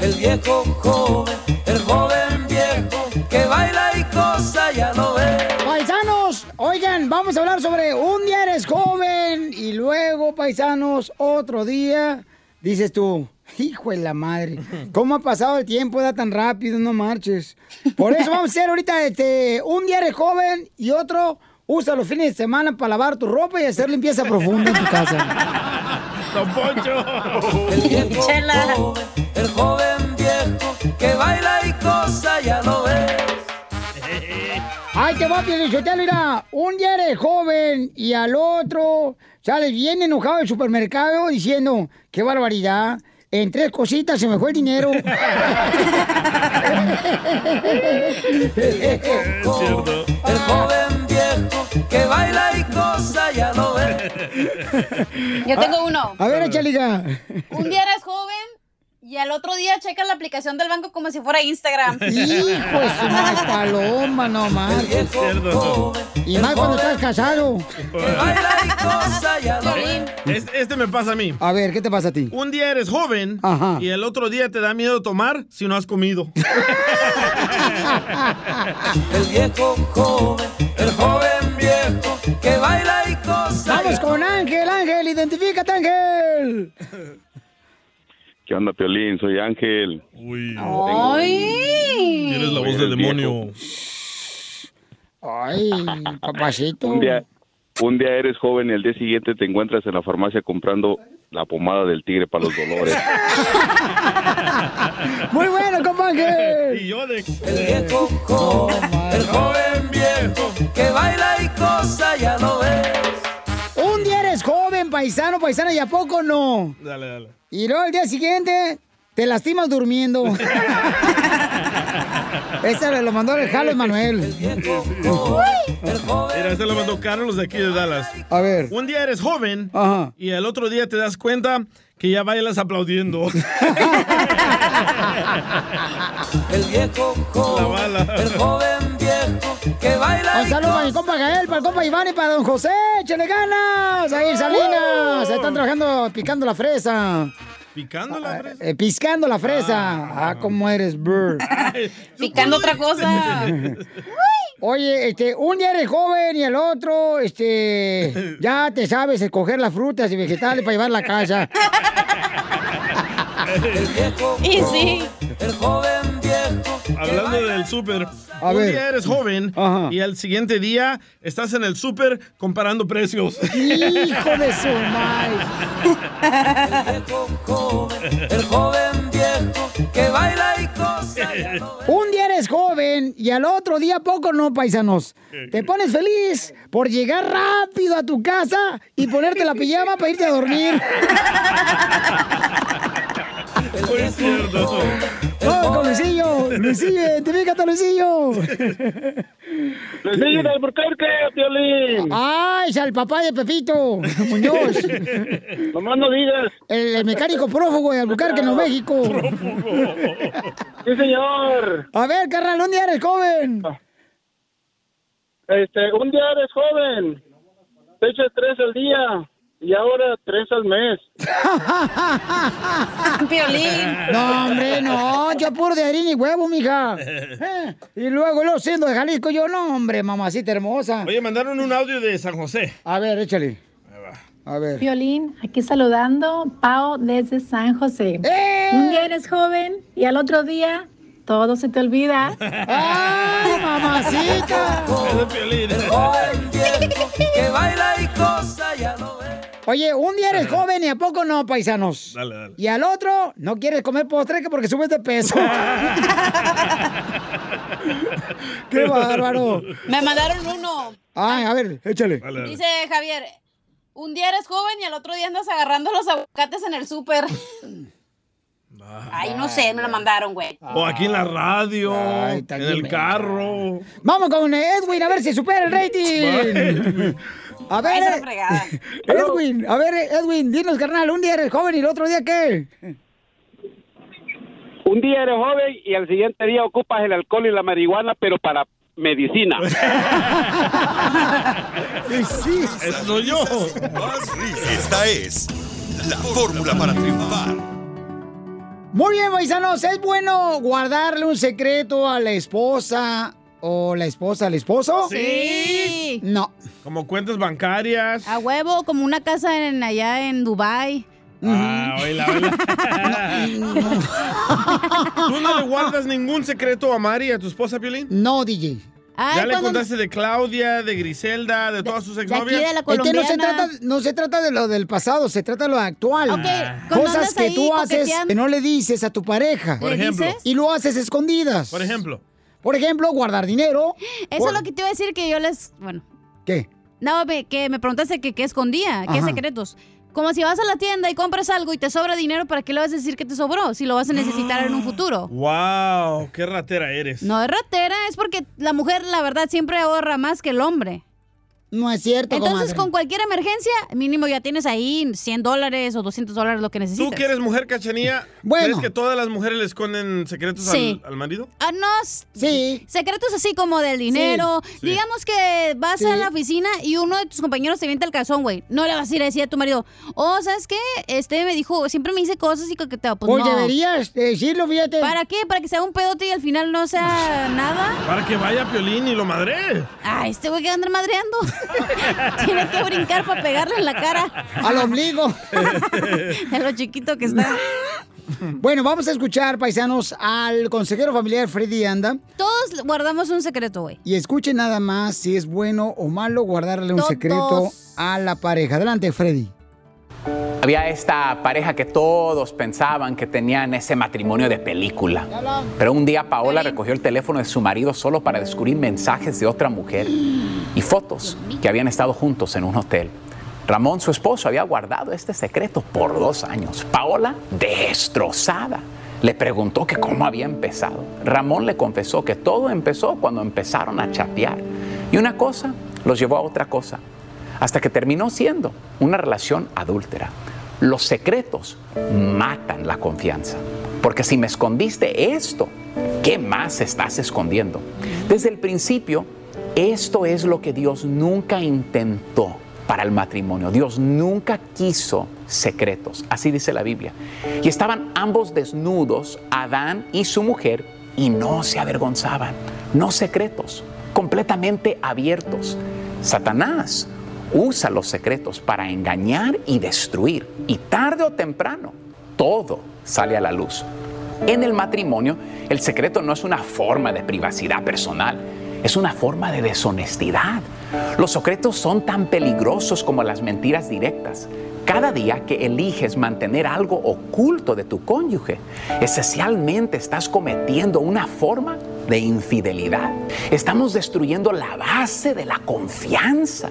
El viejo joven, el joven viejo, que baila y cosa ya lo ve.
Paisanos, oigan, vamos a hablar sobre un día eres joven y luego, paisanos, otro día, dices tú, hijo de la madre, ¿cómo ha pasado el tiempo? Da tan rápido, no marches. Por eso vamos a hacer ahorita este, un día eres joven y otro, usa los fines de semana para lavar tu ropa y hacer limpieza profunda en tu casa.
El viejo joven, el joven viejo, que baila y cosa ya lo ve.
Ay, te va, Pielichotelo, mira, un día eres joven y al otro sales bien enojado del supermercado diciendo, qué barbaridad, en tres cositas se me fue el dinero.
El joven viejo, que baila y cosa ya lo ve.
Yo
Ah.
tengo uno.
A ver, Chaliga.
Un día eres joven y al otro día checas la aplicación del banco como si fuera Instagram.
Hijo de su madre, paloma, no más. Y más cuando estás casado.
Este, este me pasa a mí.
A ver, ¿qué te pasa a ti?
Un día eres joven
Ajá.
y el otro día te da miedo tomar si no has comido.
El viejo joven, el joven viejo, que baila y cosa
Vamos
ya
con Ángel, Ángel, identifícate, Ángel.
¿Qué onda, Piolín? Soy Ángel. Uy.
Ay.
demonio.
Ay, papacito.
Un día, un día eres joven y al día siguiente te encuentras en la farmacia comprando la pomada del tigre para los dolores.
Muy bueno, compa Ángel.
Y yo de...
El viejo joven, el joven viejo, que baila y cosa ya lo ve.
Un día eres joven, paisano, paisana, ¿y a poco no?
Dale, dale.
Y luego al día siguiente te lastimas durmiendo. Ese lo mandó el Jalo Manuel.
Mira, este lo mandó Carlos de aquí de Dallas.
A ver.
Un día eres joven
Ajá.
y el otro día te das cuenta que ya bailas aplaudiendo.
El viejo joven, el joven viejo, que baila
Un
y
saludo para mi compa Gael, para el compa Iván y para don José. ¡Échale ganas! Ahí, Salinas. Están trabajando picando la fresa.
¿Picando la fresa?
Eh, piscando la fresa. Ah, cómo eres, bird.
Picando otra cosa.
Oye, este, un día eres joven y el otro, este, ya te sabes escoger las frutas y vegetales para llevar a la casa.
El viejo
Y
sí. El joven viejo.
Hablando del súper. Un
ver.
día eres joven y al siguiente día estás en el súper comparando precios.
Hijo de su
El viejo joven, el joven viejo, que baila y cosa ya lo ve.
Un día eres joven y al otro día poco no, paisanos. Te pones feliz por llegar rápido a tu casa y ponerte la pijama para irte a dormir.
Muy cierto.
Vamos con Luisillo. Luisillo, identifícate, Luisillo.
Luisillo de Albuquerque, Piolín.
Ay, es el papá de Pepito, Muñoz.
Nomás no digas.
El, el mecánico prófugo de Albuquerque, Nuevo México.
Sí, señor.
A ver, carnal, un día eres joven.
Este, un día eres joven. Te echas tres al día. Y ahora tres al mes. Ah.
Piolín.
No, hombre, no. Yo puro de harina y huevo, mija. Eh, Y luego, lo siendo de Jalisco, yo no, hombre, mamacita hermosa.
Oye, mandaron un audio de San José.
A ver, échale. A ver.
Violín, aquí saludando, Pau desde San José. Un día eres joven y al otro día todo se te olvida.
¡Ay, mamacita!
El joven viejo, que baila y cosa ya lo ve.
Oye, un día eres joven y a poco no, paisanos.
Dale, dale.
Y al otro, no quieres comer postre que porque subes de peso. ¡Qué bárbaro!
Me mandaron uno.
Ay, a ver, échale.
Dice Javier, un día eres joven y al otro día andas agarrando los aguacates en el súper. Ay, no sé, me lo mandaron, güey.
O aquí en la radio, en el carro.
Vamos con Edwin a ver si supera el rating. A
Ay, se la
ver,
fregada.
Edwin, a ver, Edwin, dinos, carnal, un día eres joven y el otro día qué?
Un día eres joven y al siguiente día ocupas el alcohol y la marihuana, pero para medicina.
Eso soy yo. Esta es la fórmula para triunfar.
Muy bien, paisanos, ¿es bueno guardarle un secreto a la esposa o la esposa al esposo?
Sí.
No.
Como cuentas bancarias.
A huevo, como una casa en allá en Dubai.
Ah, oíla, oíla. ¿Tú no le guardas ningún secreto a Mari, a tu esposa, Piolín?
No, DJ.
ya le contaste de Claudia, de Griselda, de, todas sus exnovias.
Es que no se, trata, no se trata de lo del pasado, se trata de lo actual.
Ok, Ah.
cuando
Cosas
andas
que
ahí
tú haces
coqueteando.
que no le dices a tu pareja.
Por ¿Le ejemplo. dices?
Y lo haces escondidas.
Por ejemplo.
Por ejemplo, guardar dinero.
Eso es lo que te iba a decir que yo les. Bueno.
¿Qué?
No, me- que me preguntaste que qué escondía, qué
Ajá.
secretos. Como si vas a la tienda y compras algo y te sobra dinero, ¿para qué le vas a decir que te sobró? Si lo vas a necesitar
Ah.
en un futuro.
¡Wow! ¡Qué ratera eres!
No es ratera, es porque la mujer, la verdad, siempre ahorra más que el hombre.
No es cierto.
Entonces,
comadre.
con cualquier emergencia, mínimo ya tienes ahí 100 dólares o 200 dólares lo que necesitas.
¿Tú que eres mujer cachanilla? ¿Crees que todas las mujeres le esconden secretos al-
Sí.
al, marido?
Ah, no.
Sí.
Secretos así como del dinero.
Sí.
Digamos que vas
Sí.
a la oficina y uno de tus compañeros te vienta el calzón, güey. No le vas a ir a decir a tu marido, oh, ¿sabes qué? Este me dijo, siempre me dice cosas y coqueteo. Pues
Pues
no.
deberías decirlo, fíjate.
¿Para qué? ¿Para que sea un pedote y al final no sea nada?
Para que vaya Piolín y lo madre.
Ah, este güey que va a andar madreando. Tiene que brincar para pegarle en la cara.
Al ombligo.
De lo chiquito que está.
Bueno, vamos a escuchar, paisanos, al consejero familiar Freddy Anda.
Todos guardamos un secreto, güey.
Y escuchen nada más si es bueno o malo guardarle un
Todos.
secreto a la pareja. Adelante, Freddy.
Había esta pareja que todos pensaban que tenían ese matrimonio de película. Pero un día Paola recogió el teléfono de su marido solo para descubrir mensajes de otra mujer y fotos que habían estado juntos en un hotel. Ramón, su esposo, había guardado este secreto por dos años. Paola, destrozada, le preguntó que cómo había empezado. Ramón le confesó que todo empezó cuando empezaron a chatear. Y una cosa los llevó a otra cosa, hasta que terminó siendo una relación adúltera. Los secretos matan la confianza, porque si me escondiste esto, ¿qué más estás escondiendo? Desde el principio, esto es lo que Dios nunca intentó para el matrimonio. Dios nunca quiso secretos, así dice la Biblia. Y estaban ambos desnudos, Adán y su mujer, y no se avergonzaban, no secretos, completamente abiertos. Satanás usa los secretos para engañar y destruir, y tarde o temprano todo sale a la luz. En el matrimonio, el secreto no es una forma de privacidad personal, es una forma de deshonestidad. Los secretos son tan peligrosos como las mentiras directas. Cada día que eliges mantener algo oculto de tu cónyuge, esencialmente estás cometiendo una forma de infidelidad. Estamos destruyendo la base de la confianza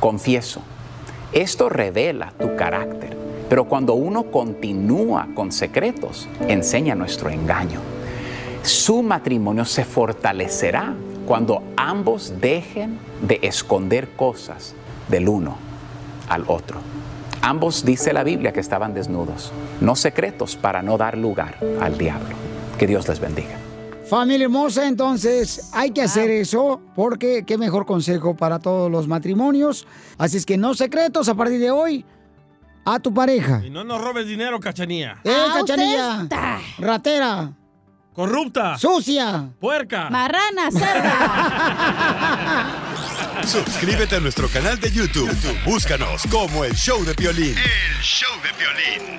Confieso. Esto revela tu carácter, pero cuando uno continúa con secretos, enseña nuestro engaño. Su matrimonio se fortalecerá cuando ambos dejen de esconder cosas del uno al otro. Ambos dice la Biblia que estaban desnudos, no secretos para no dar lugar al diablo. Que Dios les bendiga.
Familia hermosa, entonces hay que hacer eso porque qué mejor consejo para todos los matrimonios. Así es que no secretos a partir de hoy a tu pareja.
Y no nos robes dinero, cachanilla.
¡Eh, cachanilla! ¡Ratera!
¡Corrupta!
¡Sucia!
¡Puerca!
Marrana, cerda.
Suscríbete a nuestro canal de YouTube. YouTube, Búscanos como el show de Piolín.
show de violín.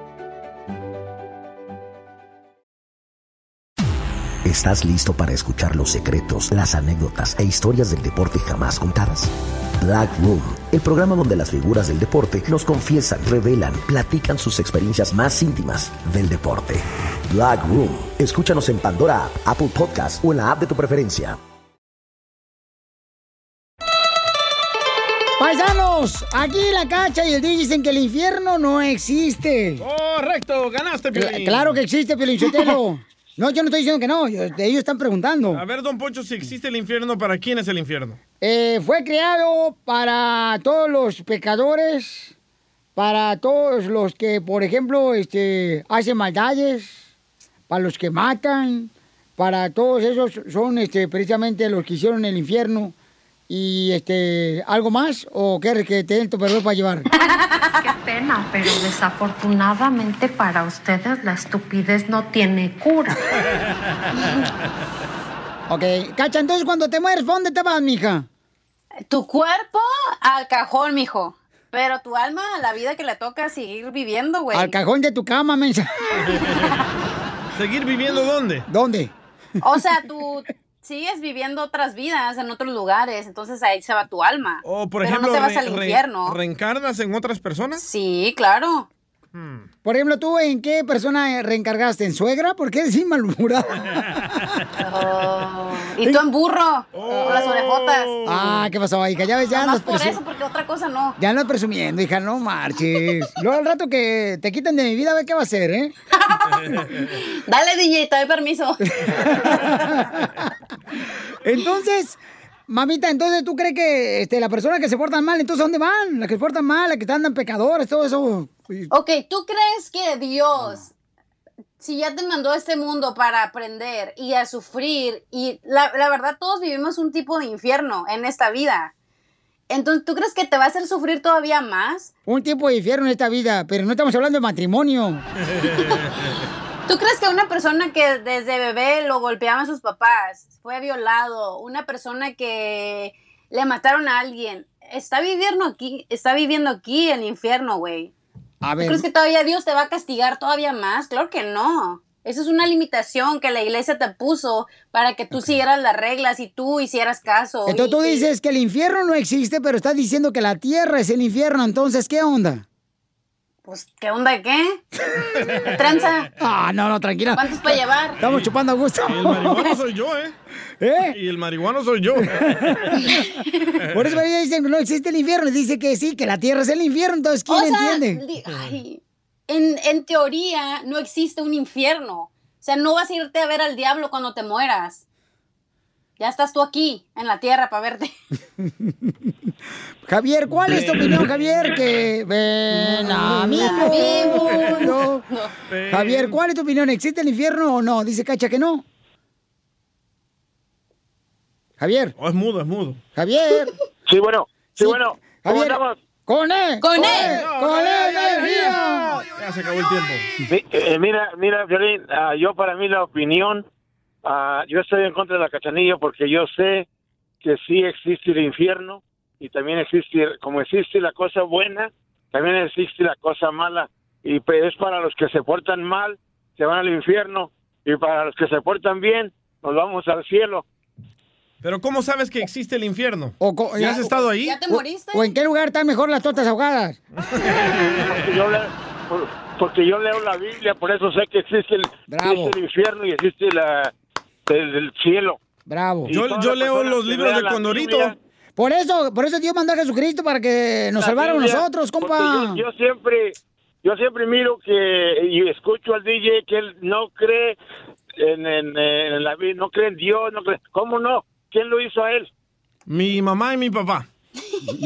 ¿Estás listo para escuchar los secretos, las anécdotas e historias del deporte jamás contadas? Black Room, el programa donde las figuras del deporte nos confiesan, revelan, platican sus experiencias más íntimas del deporte. Black Room, escúchanos en Pandora App, Apple Podcast o en la app de tu preferencia.
Paisanos, aquí la cacha y el DJ dicen que el infierno no existe.
Correcto, ganaste,
Cla-
Piolín.
claro que existe, Pelichotelo. No, yo no estoy diciendo que no, yo- ellos están preguntando.
A ver, don Poncho, si existe el infierno, ¿para quién es el infierno?
Eh, fue creado para todos los pecadores, para todos los que, por ejemplo, este, hacen maldades, para los que matan, para todos esos son este, precisamente los que hicieron el infierno. Y este, ¿algo más? ¿O quieres que te den tu perro para llevar?
Qué pena, pero desafortunadamente para ustedes la estupidez no tiene cura.
Ok, Cacha, entonces cuando te mueres, ¿pa' ¿dónde te vas, mija?
Tu cuerpo al cajón, mijo. Pero tu alma, la vida que le toca seguir viviendo, güey.
Al cajón de tu cama, mensa.
¿Seguir viviendo dónde?
¿Dónde?
O sea, tú sigues viviendo otras vidas en otros lugares, entonces ahí se va tu alma.
O, Oh, por
pero
ejemplo,
no te vas
re-
al
re-
infierno.
¿Reencarnas en otras personas?
Sí, claro.
Por ejemplo, ¿tú en qué persona reencargaste? ¿En suegra? ¿Por qué decís malhumorada?
Oh. Y tú en burro, con las orejotas.
Oh. Ah, ¿qué pasó, hija? Ya ves, ya
Nomás
andas,
por
presu-
eso, porque otra cosa no.
ya andas presumiendo, hija, no marches. Luego al rato que te quiten de mi vida, a ver qué va a hacer, ¿eh?
Dale, DJ, te doy permiso.
Entonces, mamita, entonces tú crees que este, la persona que se portan mal, entonces ¿a dónde van? Las que se portan mal, las que andan pecadores, todo eso.
Ok, ¿tú crees que Dios, si ya te mandó a este mundo para aprender y a sufrir, y la, la verdad todos vivimos un tipo de infierno en esta vida, entonces ¿tú crees que te va a hacer sufrir todavía más?
Un tiempo de infierno en esta vida, pero no estamos hablando de matrimonio.
¿Tú crees que una persona que desde bebé lo golpeaban sus papás, fue violado, una persona que le mataron a alguien, está viviendo aquí, está viviendo aquí el infierno, güey?
A
¿Tú
ver,
crees que todavía Dios te va a castigar todavía más? Claro que no. Eso es una limitación que la iglesia te puso para que tú siguieras las reglas y tú hicieras caso.
entonces
Y-
tú
y-
dices que el infierno no existe, pero estás diciendo que la tierra es el infierno, entonces, ¿qué onda?
Pues, ¿qué onda qué? ¿Qué tranza?
Ah, no, no, tranquila.
¿Cuántos para llevar?
Estamos chupando a gusto.
El marihuano
soy yo, ¿eh?
¿Eh?
Y el marihuano soy yo.
Por eso ella dicen que no existe el infierno. Dice que sí, que la tierra es el infierno. Entonces, ¿quién
O sea,
entiende?
di- ay, en, en teoría no existe un infierno. O sea, no vas a irte a ver al diablo cuando te mueras. Ya estás tú aquí, en la tierra, para verte.
Javier, ¿cuál es tu opinión, Javier? Que ven a mi mundo. Javier, ¿cuál es tu opinión? ¿Existe el infierno o no? Dice Cacha que no. Javier.
Oh, es mudo, es mudo.
Javier.
Sí, bueno.
Sí, bueno.
¿Cómo
Javier.
andamos?
Con él.
Con
E?
Con E,
él.
él. Con él.
Ya se acabó el tiempo.
Mi- eh, mira, mira, Violín, ah, yo para mí la opinión, ah, yo estoy en contra de la cachanilla porque yo sé que sí existe el infierno y también existe, como existe la cosa buena, también existe la cosa mala. Y pues es para los que se portan mal, se van al infierno, y para los que se portan bien, nos vamos al cielo.
Pero ¿cómo sabes que existe el infierno?
co-
¿Ya has estado ahí?
O- ¿O en qué lugar están mejor las tortas ahogadas?
Porque yo, le, por- porque yo leo la Biblia, por eso sé que existe el, existe el infierno y existe la, el, el cielo.
Bravo.
Y Yo- todas yo las leo personas los que libros lean de la Condorito. Biblia-
Por eso, por eso Dios mandó a Jesucristo para que nos
La
salvara a
Biblia,
nosotros, compa.
porque Yo, yo siempre, yo siempre miro que y escucho al DJ que él no cree en, en- en la Biblia, no cree en Dios, no cree. ¿Cómo no? ¿Quién lo hizo a él?
Mi mamá y mi papá.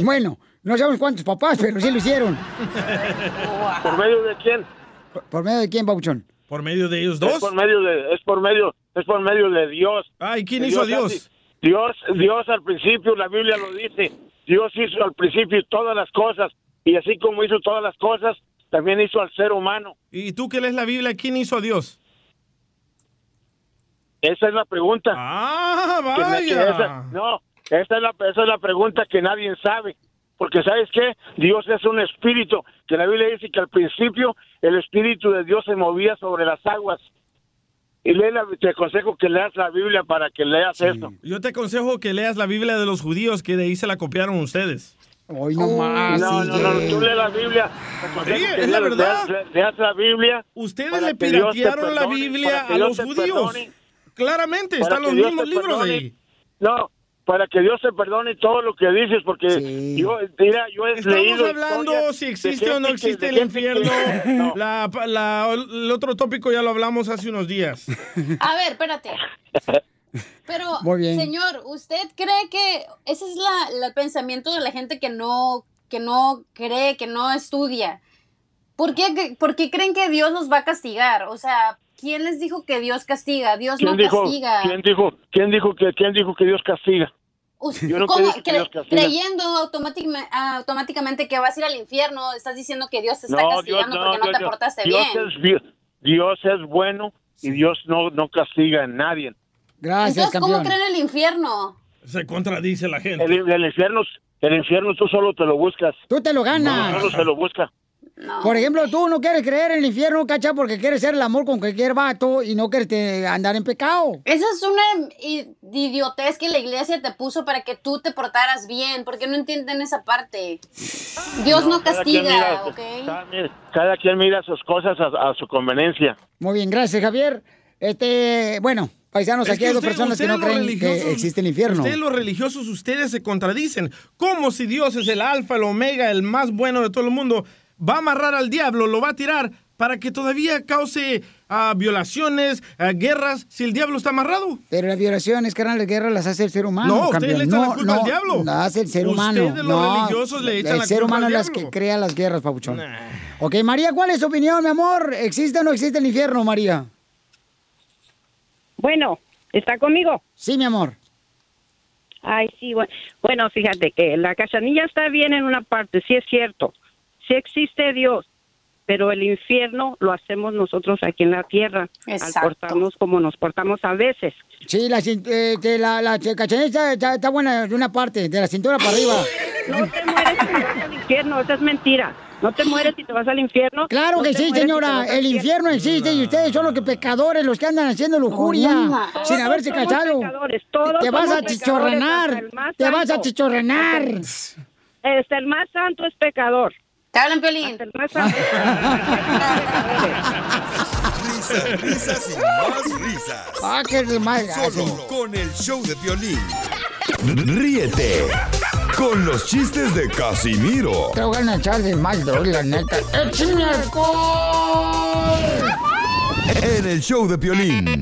Bueno, no sabemos cuántos papás, pero sí lo hicieron.
¿Por medio de quién?
¿Por medio de quién, Bauchón?
¿Por medio de ellos dos?
Es por medio de, es por medio, es por medio de Dios.
Ah, ¿y quién hizo a Dios?
hace- Dios, Dios al principio, la Biblia lo dice, Dios hizo al principio todas las cosas, y así como hizo todas las cosas, también hizo al ser humano.
¿Y tú que lees la Biblia, quién hizo a Dios?
Esa es la pregunta.
Ah,
Que na- que
vaya.
esa- no, esa es, la, esa es la pregunta que nadie sabe. Porque sabes qué, Dios es un espíritu, que la Biblia dice que al principio el espíritu de Dios se movía sobre las aguas. Y lee la- te aconsejo que leas la Biblia para que leas eso.
Yo te aconsejo que leas la Biblia de los judíos, que de ahí se la copiaron ustedes.
Hoy no
más,
No, no, no,
DJ.
tú lees la Biblia. te aconsejo
Sí,
que
es la
leas-
verdad.
Leas, leas la Biblia.
Ustedes
para
le
que Dios te
piratearon la
perdone,
Biblia
para que
a
Dios
los
te
judíos.
perdone.
Claramente,
Para
están los
que Dios
mismos
te
libros
perdone.
ahí.
No, para que Dios te perdone todo lo que dices, porque yo, mira, yo he
Estamos
leído
hablando
historias
si
de
existe o no
gente que-
existe
de
el
gente que-
infierno.
No.
La- la- el otro tópico ya lo hablamos hace unos días.
A ver, espérate. Pero,
Muy bien.
señor, ¿usted cree que ese es la, la- el pensamiento de la gente que no, que no cree, que no estudia? ¿Por qué, cre- por qué creen que Dios los va a castigar? O sea, ¿quién les dijo que Dios castiga? Dios
¿Quién
no
dijo,
castiga.
¿quién, dijo, quién, dijo que, ¿Quién dijo que Dios castiga?
Us-
Yo nunca
¿cómo
dije que
cre-
Dios castiga.
creyendo automáticamente, automáticamente que vas a ir al infierno, estás diciendo que Dios te está castigando porque no
Dios-
te portaste
Dios
bien.
es bi- Dios es bueno y Dios no, no castiga a nadie.
Ah,
Entonces, ¿cómo creen el infierno?
Se contradice la gente.
El, el infierno, el infierno tú solo te lo buscas.
Tú te lo ganas.
Solo se lo busca.
Por ejemplo, tú no quieres creer en el infierno, cacha, porque quieres hacer el amor con cualquier vato y no quieres eh, andar en pecado.
Esa es una i- idiotez que la iglesia te puso para que tú te portaras bien, porque no entienden esa parte. Dios no,
cada quien mira-
castiga, ¿ok?
cada, cada quien mira sus cosas a- a su conveniencia.
Muy bien, gracias, Javier. Este, bueno, paisanos,
Es
aquí
que
hay dos
usted-
personas que
ustedes
no
los
creen
religiosos-
que existe el infierno.
Ustedes los religiosos, ustedes se contradicen. Como si Dios es el alfa, el omega, el más bueno de todo el mundo, va a amarrar al diablo, lo va a tirar para que todavía cause ah, violaciones, ah, guerras, si el diablo está amarrado?
Pero las violaciones, carnal, las guerras las hace el ser humano.
No,
campeón.
ustedes le echan la
No,
culpa
no,
al diablo.
Las hace el ser
Ustedes,
humano.
los
no,
religiosos, le echan
el
la
ser
culpa
humano
al
es las que
diablo.
crea las guerras, papuchón. Ok, María, ¿cuál es tu opinión, mi amor? ¿Existe o no existe el infierno, María?
Bueno, ¿está conmigo?
Sí, mi amor.
Ay, sí, bueno, bueno, fíjate que la cachanilla está bien en una parte, sí es cierto, sí existe Dios, pero el infierno lo hacemos nosotros aquí en la tierra,
Exacto.
al portarnos como nos portamos a veces.
Sí, la, cin- eh, que la, la ch- cachanilla está, está- está buena de una parte, de la cintura para arriba.
No te mueres y te vas al infierno, esa es mentira. No te mueres y te vas al infierno.
Claro
No
que
te
sí,
mueres y te
señora.
vas al
El infierno existe y ustedes son los que pecadores, los que andan haciendo lujuria
Todos
sin haberse
somos
cachado.
pecadores, todos
Te vas
somos
a
pecadores, hasta
chichorrenar.
el más
Te vas a
santo.
chichorrenar.
Este, el más santo es pecador.
Te hablan, Piolín.
El más santo es
Risas, risas y más risas.
Ah, qué mal.
Solo con el show de violín. Ríete con los chistes de Casimiro
Te voy a echar de mal, bro, la neta.
Eh,
¡Échame alcohol!
en el show de violín.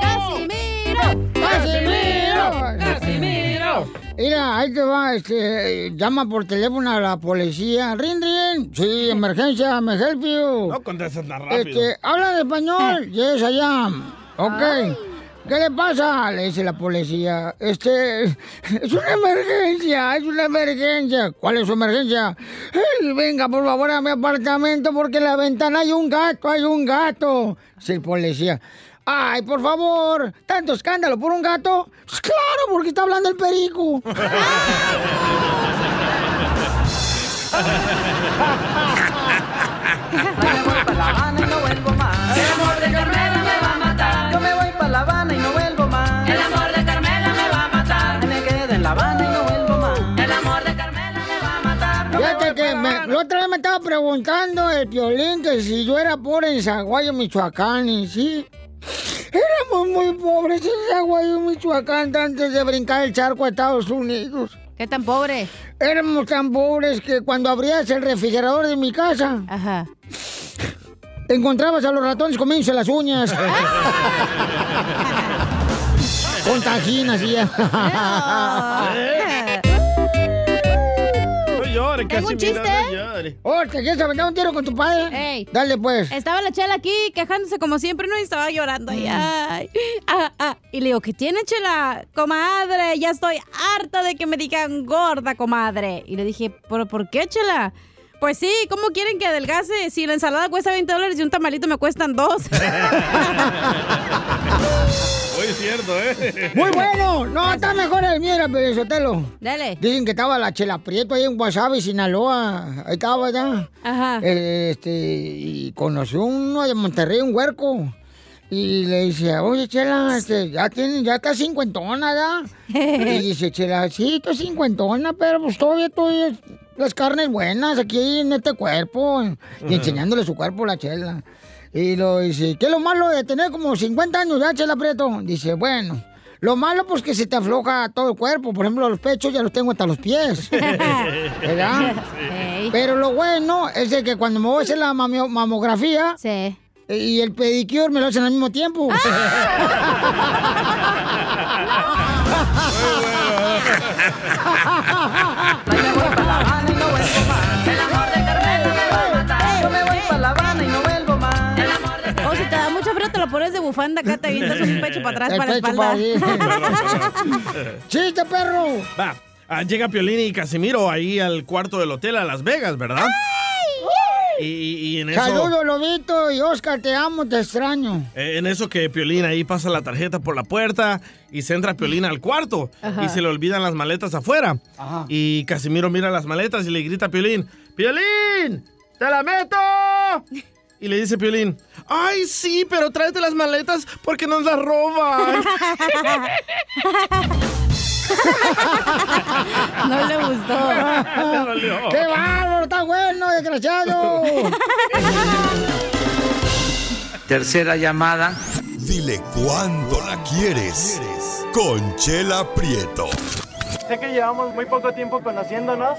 ¡Casimiro! ¡Casimiro!
¡Casimiro!
Mira, ahí te va, este, llama por teléfono a la policía. ¡Rin, rin! Sí, emergencia, me help you.
No contestas tan rápido.
Este, habla de español. Yes, I am. Ok. ¿Qué le pasa? Le dice la policía. Este, es una emergencia, es una emergencia. ¿Cuál es su emergencia? "Ey, venga, por favor, a mi apartamento porque en la ventana hay un gato, hay un gato. Dice el policía. Ay, por favor, tanto escándalo por un gato. "Pues Claro, porque está hablando el perico.
El amor de Carmela me va a matar. Yo me voy para La Habana y no vuelvo más. El amor de Carmela me va a matar. Me quedo en La Habana y no vuelvo más. El amor de Carmela me va a matar. Yo me voy
Fíjate que
pa' La
me, la otra vez me estaba preguntando el violín que si yo era pobre en Zaguayo, Michoacán, y sí. Éramos muy pobres en Zaguayo, Michoacán, antes de brincar el charco a Estados Unidos. ¿Qué tan pobre? Éramos tan pobres que cuando abrías el refrigerador de mi casa, encontrabas a los ratones comiéndose las uñas. Con tajinas y ya.
No llores,
¿Tengo un chiste?
Oh, ¿te quieres aventar un tiro con tu padre? Dale, pues.
Estaba la chela aquí quejándose como siempre, ¿no? Y estaba llorando. Y, ay, ah, ah. y le digo, ¿qué tiene chela? Comadre, ya estoy harta de que me digan gorda, comadre. Y le dije, ¿pero por qué chela? Pues sí, ¿cómo quieren que adelgace? Si la ensalada cuesta 20 dólares y un tamalito me cuestan dos.
Muy cierto, ¿eh?
Muy bueno. No, está mejor el mío, pero Sotelo.
Dale.
Dicen que estaba la Chela Prieto ahí en Guasave, Sinaloa. Ahí estaba ya.
Ajá.
este, y conoció uno de Monterrey, un huerco. Y le dice, oye, Chela, este, ya, tiene, ya está cincuentona, ¿ya? Y dice, Chela, sí, estoy cincuentona, pero pues todavía estoy las carnes buenas aquí en este cuerpo. Y enseñándole su cuerpo a la Chela. Y lo dice, ¿qué es lo malo de tener como 50 años ya, Chela Prieto? Dice, bueno, lo malo pues que se te afloja todo el cuerpo. Por ejemplo, los pechos ya los tengo hasta los pies. ¿Verdad? Pero lo bueno es de que cuando me voy a hacer la mamio- mamografía y el pedicure me lo hacen al mismo tiempo.
Yo me voy para La Habana y no vuelvo más.
O si te da mucho frío, te lo pones de bufanda acá, te avientas un pecho para atrás,
El
para la
pecho
espalda.
¡Chiste, perro!
Va. ah, llega Piolín y Casimiro ahí al cuarto del hotel a Las Vegas, ¿verdad? Y, y- y en eso.
Saludos, Lobito y Oscar, te amo, te extraño.
Eh, En eso que Piolín ahí pasa la tarjeta por la puerta y se entra Piolín al cuarto
Ajá.
y se le olvidan las maletas afuera. Y Casimiro mira las maletas y le grita a Piolín, ¡Piolín! ¡Te la meto! Y le dice Piolín, ¡Ay, sí, pero tráete las maletas porque nos las roban!
No le gustó.
¡Qué bárbaro! ¡Está bueno, desgraciado!
Tercera llamada.
Dile cuándo la quieres. Con Chela Prieto.
Sé que llevamos muy poco tiempo conociéndonos.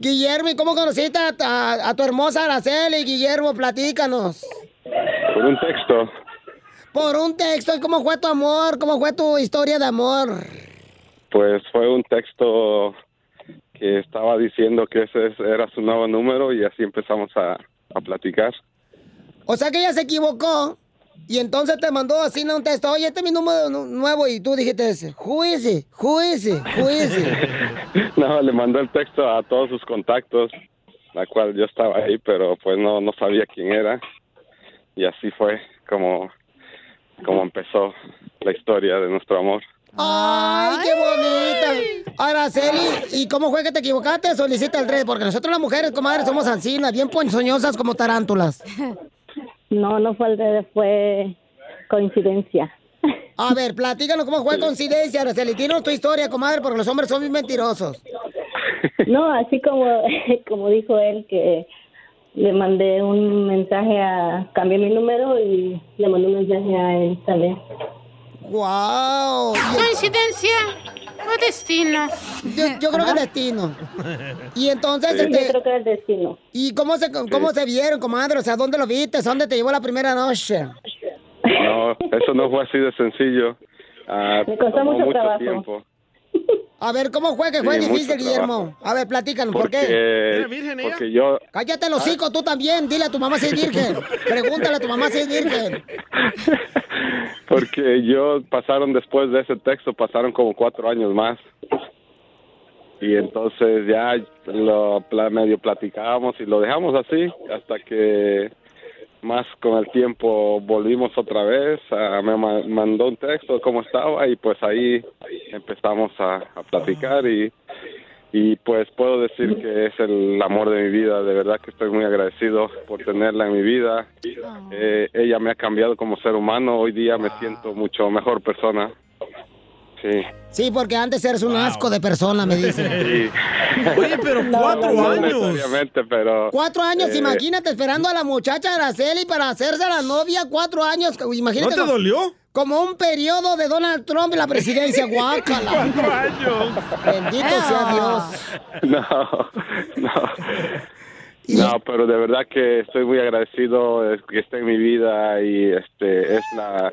Guillermo, ¿y cómo conociste a, a- a tu hermosa Araceli? Guillermo, platícanos.
Por un texto.
Por un texto, ¿y cómo fue tu amor? ¿Cómo fue tu historia de amor?
Pues fue un texto que estaba diciendo que ese es- era su nuevo número y así empezamos a, a platicar.
O sea que ella se equivocó y entonces te mandó así ¿no? un texto, oye, este es mi número nu- nuevo y tú dijiste ese, juice, juice, juice.
no, le mandó el texto a todos sus contactos, la cual yo estaba ahí, pero pues no, no sabía quién era. Y así fue como, como empezó la historia de nuestro amor.
¡Ay, qué bonita! Araceli, ¿y cómo fue que te equivocaste? Solicita el 3, porque nosotros las mujeres, comadre, somos ancinas, bien ponzoñosas como tarántulas.
No, no fue al revés, fue coincidencia.
A ver, platícanos cómo fue coincidencia, Araceli. Dinos tu historia, comadre, porque los hombres son bien mentirosos.
No, así como, como dijo él, que le mandé un mensaje a... Cambié mi número y le mandé un mensaje a él también.
¡Wow!
¡Coincidencia!
Fue destino. Yo, yo creo que destino. Y entonces,
Sí, yo creo
que es destino. ¿Y cómo se, cómo se vieron, comadre? O sea, ¿dónde lo viste? ¿Dónde te llevó la primera noche?
No, eso no fue así de sencillo. Ah,
Me costó
tomó
mucho trabajo.
tiempo.
A ver, ¿cómo fue que fue
Sí,
difícil,
mucho trabajo.
Guillermo? A ver, platícanos, ¿por
Porque,
qué?
porque yo, Ah.
Cállate los hocico, tú también. Dile a tu mamá si es virgen. Pregúntale a tu mamá si es virgen.
porque yo pasaron después de ese texto, pasaron como cuatro años más. Y entonces ya lo pla- medio platicábamos y lo dejamos así hasta que más con el tiempo volvimos otra vez. Ah, me ma- mandó un texto cómo estaba y pues ahí empezamos a, a platicar y, y pues puedo decir que es el amor de mi vida. De verdad que estoy muy agradecido por tenerla en mi vida. Eh, ella me ha cambiado como ser humano. Hoy día me siento mucho mejor persona. Sí.
Sí, porque antes eres un asco de persona, me dice.
Sí.
Oye, pero cuatro
No
años.
necesariamente, pero,
Cuatro años,
eh,
imagínate, esperando a la muchacha Araceli para hacerse la novia, cuatro años. Imagínate.
¿No te
como-
dolió?
Como un periodo de Donald Trump en la presidencia, guácala.
Cuatro
años. Bendito sea Dios.
No, no. No, pero de verdad que estoy muy agradecido eh, que esté en mi vida y este es la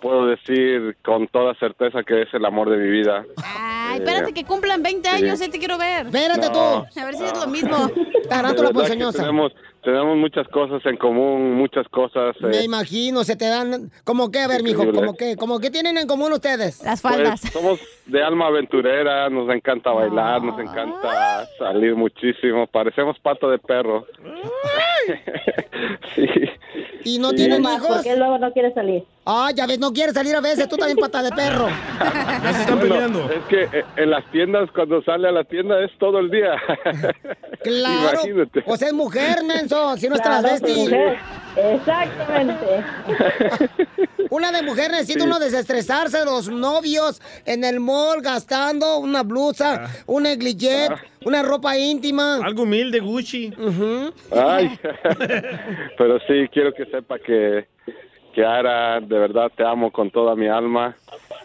puedo decir con toda certeza que es el amor de mi vida. Eh,
Ay, espérate que cumplan 20
Sí.
años, ya te quiero ver.
Espérate No,
A ver si es lo mismo.
De verdad que tenemos tenemos muchas cosas en común, muchas cosas. eh,
Me imagino, se te dan. ¿Cómo qué? A ver, mijo,
Increíble.
¿cómo qué? ¿Cómo qué tienen en común ustedes? Las
pues, somos de alma aventurera, nos encanta bailar, nos encanta salir muchísimo, parecemos pato de perro. sí.
¿Y no
Sí.
tienen
Nomás,
hijos?
¿por qué
luego no quiere salir? Ah, ya ves, no quiere salir a veces. Tú también pata de perro.
Bueno, Es que eh, en las tiendas, cuando sale a la tienda, es todo el día.
Claro.
Imagínate.
O sea, es mujer, menso. Si no es
Claro,
transvesti.
es mujer.
Exactamente. Una de mujer necesita
Sí.
uno desestresarse, los novios en el mall gastando una
Ah.
blusa, un negligé, una ropa íntima. Oh, Algo humilde, Gucci.
Ay. Pero sí, quiero que sepa que, que Ara, de verdad te amo con toda mi alma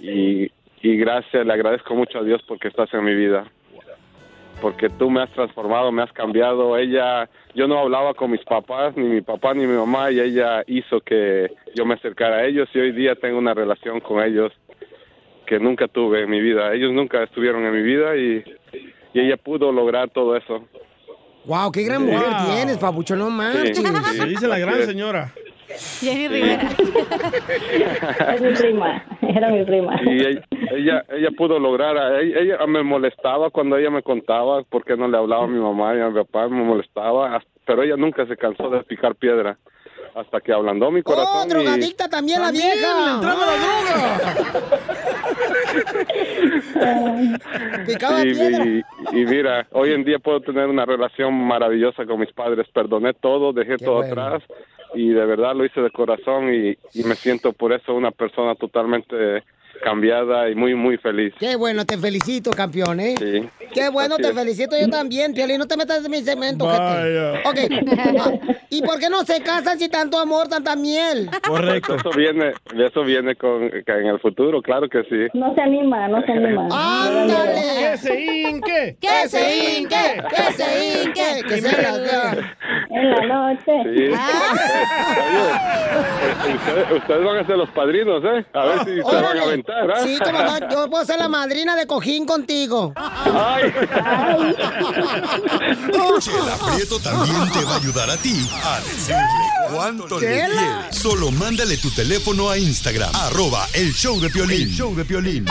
y, y gracias, le agradezco mucho a Dios porque estás en mi vida. Porque tú me has transformado, me has cambiado. Ella, yo no hablaba con mis papás, ni mi papá ni mi mamá, y ella hizo que yo me acercara a ellos y hoy día tengo una relación con ellos que nunca tuve en mi vida. Ellos nunca estuvieron en mi vida y, y ella pudo lograr todo eso.
Wow, qué gran mujer
Wow.
tienes, papucho, no
Sí,
manches.
sí.
Se dice la gran
Así es.
señora.
Jenny
Rivera.
Es mi prima, era mi prima.
y ella, ella, ella pudo lograr, a- ella, ella me molestaba cuando ella me contaba porque no le hablaba a mi mamá y a mi papá, me molestaba, hasta- pero ella nunca se cansó de picar piedra hasta que ablandó mi
¡Oh,
corazón. y-
drogadicta también la vieja! ¡Le entraba la droga! Picaba
y,
piedra.
y- y mira, hoy en día puedo tener una relación maravillosa con mis padres, perdoné todo, dejé todo atrás y de verdad lo hice de corazón y, y me siento por eso una persona totalmente cambiada y muy, muy feliz.
Qué bueno, te felicito, campeón, ¿eh?
Sí.
Qué bueno,
Así
te
es.
felicito yo también, Piolín. No te metas en mi cemento,
Vaya.
gente. Ok. Ah, ¿Y por qué no se casan si tanto amor, tanta miel?
Correcto. Eso viene, eso viene con, que en el futuro, claro que sí.
No se anima, no se anima.
¡Ándale!
¡Que se hinque!
¡Que se hinque! ¡Que se hinque! ¡Que se la
En la noche.
Sí. Oye, ustedes, ustedes van a ser los padrinos, ¿eh? A ver si se van a aventar, ¿eh?
Sí, como no, yo puedo ser la madrina de cojín contigo.
Ay.
Chela Prieto también te va a ayudar a ti a decirle cuánto le Chela. quieres. Solo mándale tu teléfono a Instagram, arroba el show de Piolín. show de Piolín.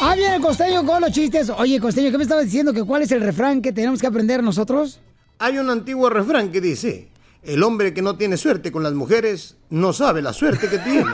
Ah, bien, el costeño con los chistes. Oye, costeño, ¿qué me estabas diciendo? que ¿Cuál es el refrán que tenemos que aprender nosotros?
Hay un antiguo refrán que dice, el hombre que no tiene suerte con las mujeres no sabe la suerte que tiene.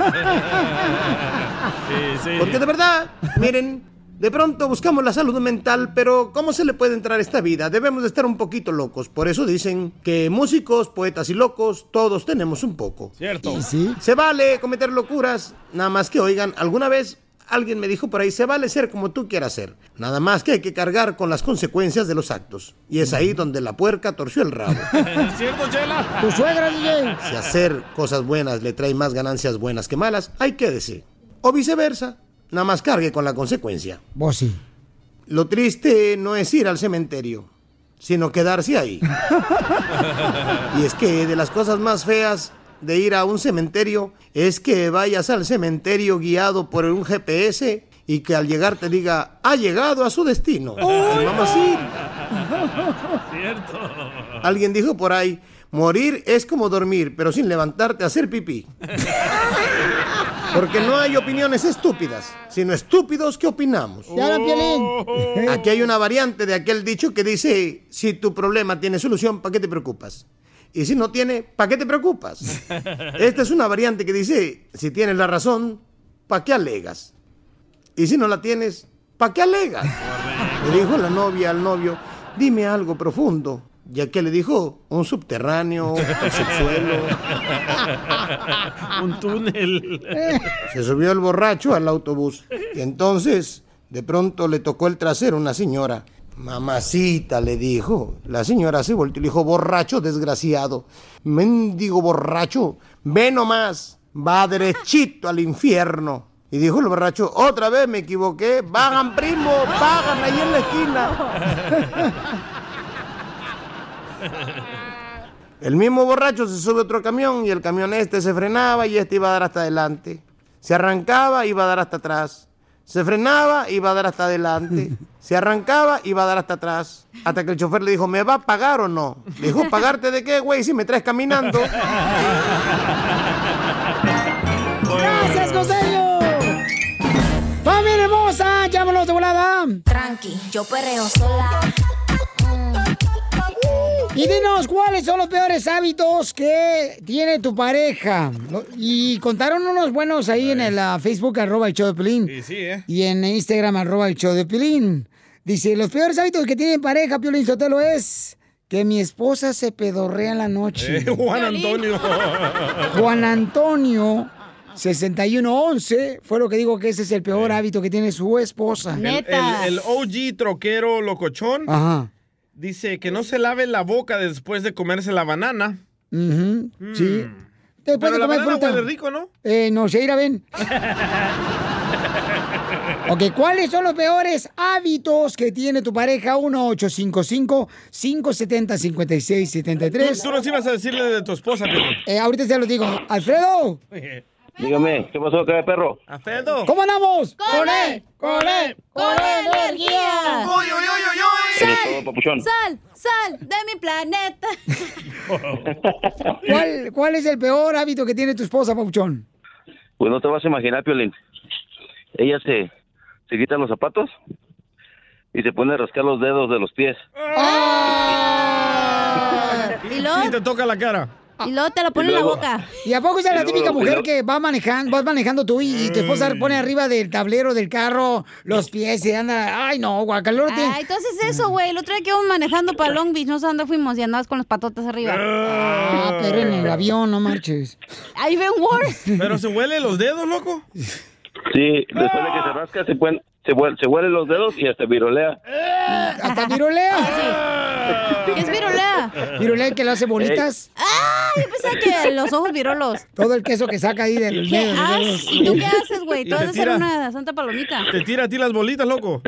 Porque de verdad, miren, de pronto buscamos la salud mental, pero ¿cómo se le puede entrar a esta vida? Debemos de estar un poquito locos. Por eso dicen que músicos, poetas y locos, todos tenemos un poco.
Cierto.
Se vale cometer locuras, nada más que oigan, alguna vez alguien me dijo por ahí, se vale ser como tú quieras ser, nada más que hay que cargar con las consecuencias de los actos. Y es ahí donde la puerca torció el rabo.
¿Es cierto, Chela?
Tu suegra, DJ.
Si hacer cosas buenas le trae más ganancias buenas que malas, hay que decir. O viceversa, nada más cargue con la consecuencia.
Vos sí.
Lo triste no es ir al cementerio, sino quedarse ahí. Y es que de las cosas más feas de ir a un cementerio es que vayas al cementerio guiado por un GPS y que al llegar te diga, ha llegado a su destino. Y mamacita.
Cierto.
Alguien dijo por ahí, morir es como dormir, pero sin levantarte a hacer pipí. Porque no hay opiniones estúpidas, sino estúpidos que opinamos. Oh.
¡Ya la Piolín!
Aquí hay una variante de aquel dicho que dice, si tu problema tiene solución, ¿para qué te preocupas? Y si no tiene, ¿para qué te preocupas? Esta es una variante que dice, si tienes la razón, ¿para qué alegas? Y si no la tienes, ¿para qué alegas? Le dijo la novia al novio, dime algo profundo. Y aquel le dijo, un subterráneo, un subsuelo.
Un túnel.
Se subió el borracho al autobús. Y entonces, de pronto le tocó el trasero a una señora. Mamacita, le dijo. La señora se volteó y le dijo, borracho desgraciado. Mendigo borracho, ve nomás. Va derechito al infierno. Y dijo el borracho, otra vez me equivoqué. Bajan, primo, pagan ahí en la esquina. El mismo borracho se sube a otro camión y el camión este se frenaba y este iba a dar hasta adelante. Se arrancaba, iba a dar hasta atrás. Se frenaba, iba a dar hasta adelante. Se arrancaba, iba a dar hasta atrás. Hasta que el chofer le dijo, ¿me va a pagar o no? Le dijo, ¿pagarte de qué, güey, si me traes caminando?
¡Gracias, Costeño! ¡Familia hermosa! ¡Llámanos de volada! Tranqui, yo perreo sola. Y dinos, ¿cuáles son los peores hábitos que tiene tu pareja? Lo- Y contaron unos buenos ahí en el ah, Facebook, arroba el show de Pelín.
Y sí, ¿eh?
Y en Instagram, arroba el show de Pilín. Dice, los peores hábitos que tiene pareja, Piolín Sotelo, es que mi esposa se pedorrea en la noche.
Eh, Juan Antonio.
Juan Antonio, 6111, fue lo que digo que ese es el peor hábito que tiene su esposa.
El, el- el OG troquero locochón
Ajá.
dice que no se lave la boca después de comerse la banana. Hmm.
Ujú, Mm. Sí. Después de
Pero la
comer
banana
fruta.
huele rico, ¿no?
Eh, no, Sheira, ven. ok, ¿cuáles son los peores hábitos que tiene tu pareja? 1-855-570-5673.
Tú nos ibas a decirle de tu esposa, Piolín.
Eh, ahorita ya lo digo. Alfredo,
Dígame, ¿qué pasó acá, perro?
Alfredo.
¿cómo andamos?
Con
él, con él, con
energía!
Uy, uy, Eso es todo, papuchón.
¡Sal! ¡Sal de mi planeta!
¿Cuál, ¿Cuál es el peor hábito que tiene tu esposa, Pauchón?
Pues no te vas a imaginar, Piolín. Ella se, se quita los zapatos y se pone a rascar los dedos de los pies.
Ah, ¿Y, luego?
te toca la cara.
Y luego te lo pone en la
luego-
boca.
¿Y a poco es
Y
la
luego-
típica
y
mujer
luego- Mm.
que va manejando, vas manejando tú y, y tu esposa pone arriba del tablero del carro los pies y anda, ay no, guacalor
Ah, entonces eso, güey. El otro día que íbamos manejando para Long Beach, no sé dónde fuimos y andabas con las patotas arriba.
Ah, pero en el avión, no marches.
Ahí ven worse.
Pero se huele los dedos, loco.
Sí, después de que se rasca, se, puen- se, huel- se huelen los dedos y hasta virolea.
Hasta virolea.
¿Qué es virolea?
Virolea que le hace bolitas.
Eh.
Ah, yo pensaba que los ojos virolos.
Todo el queso que saca ahí del
¿Qué
medio.
haces? ¿Y tú qué haces, güey?
Y
Tú has
te
de ser
tira.
una santa palomita.
Te tira a ti las bolitas, loco.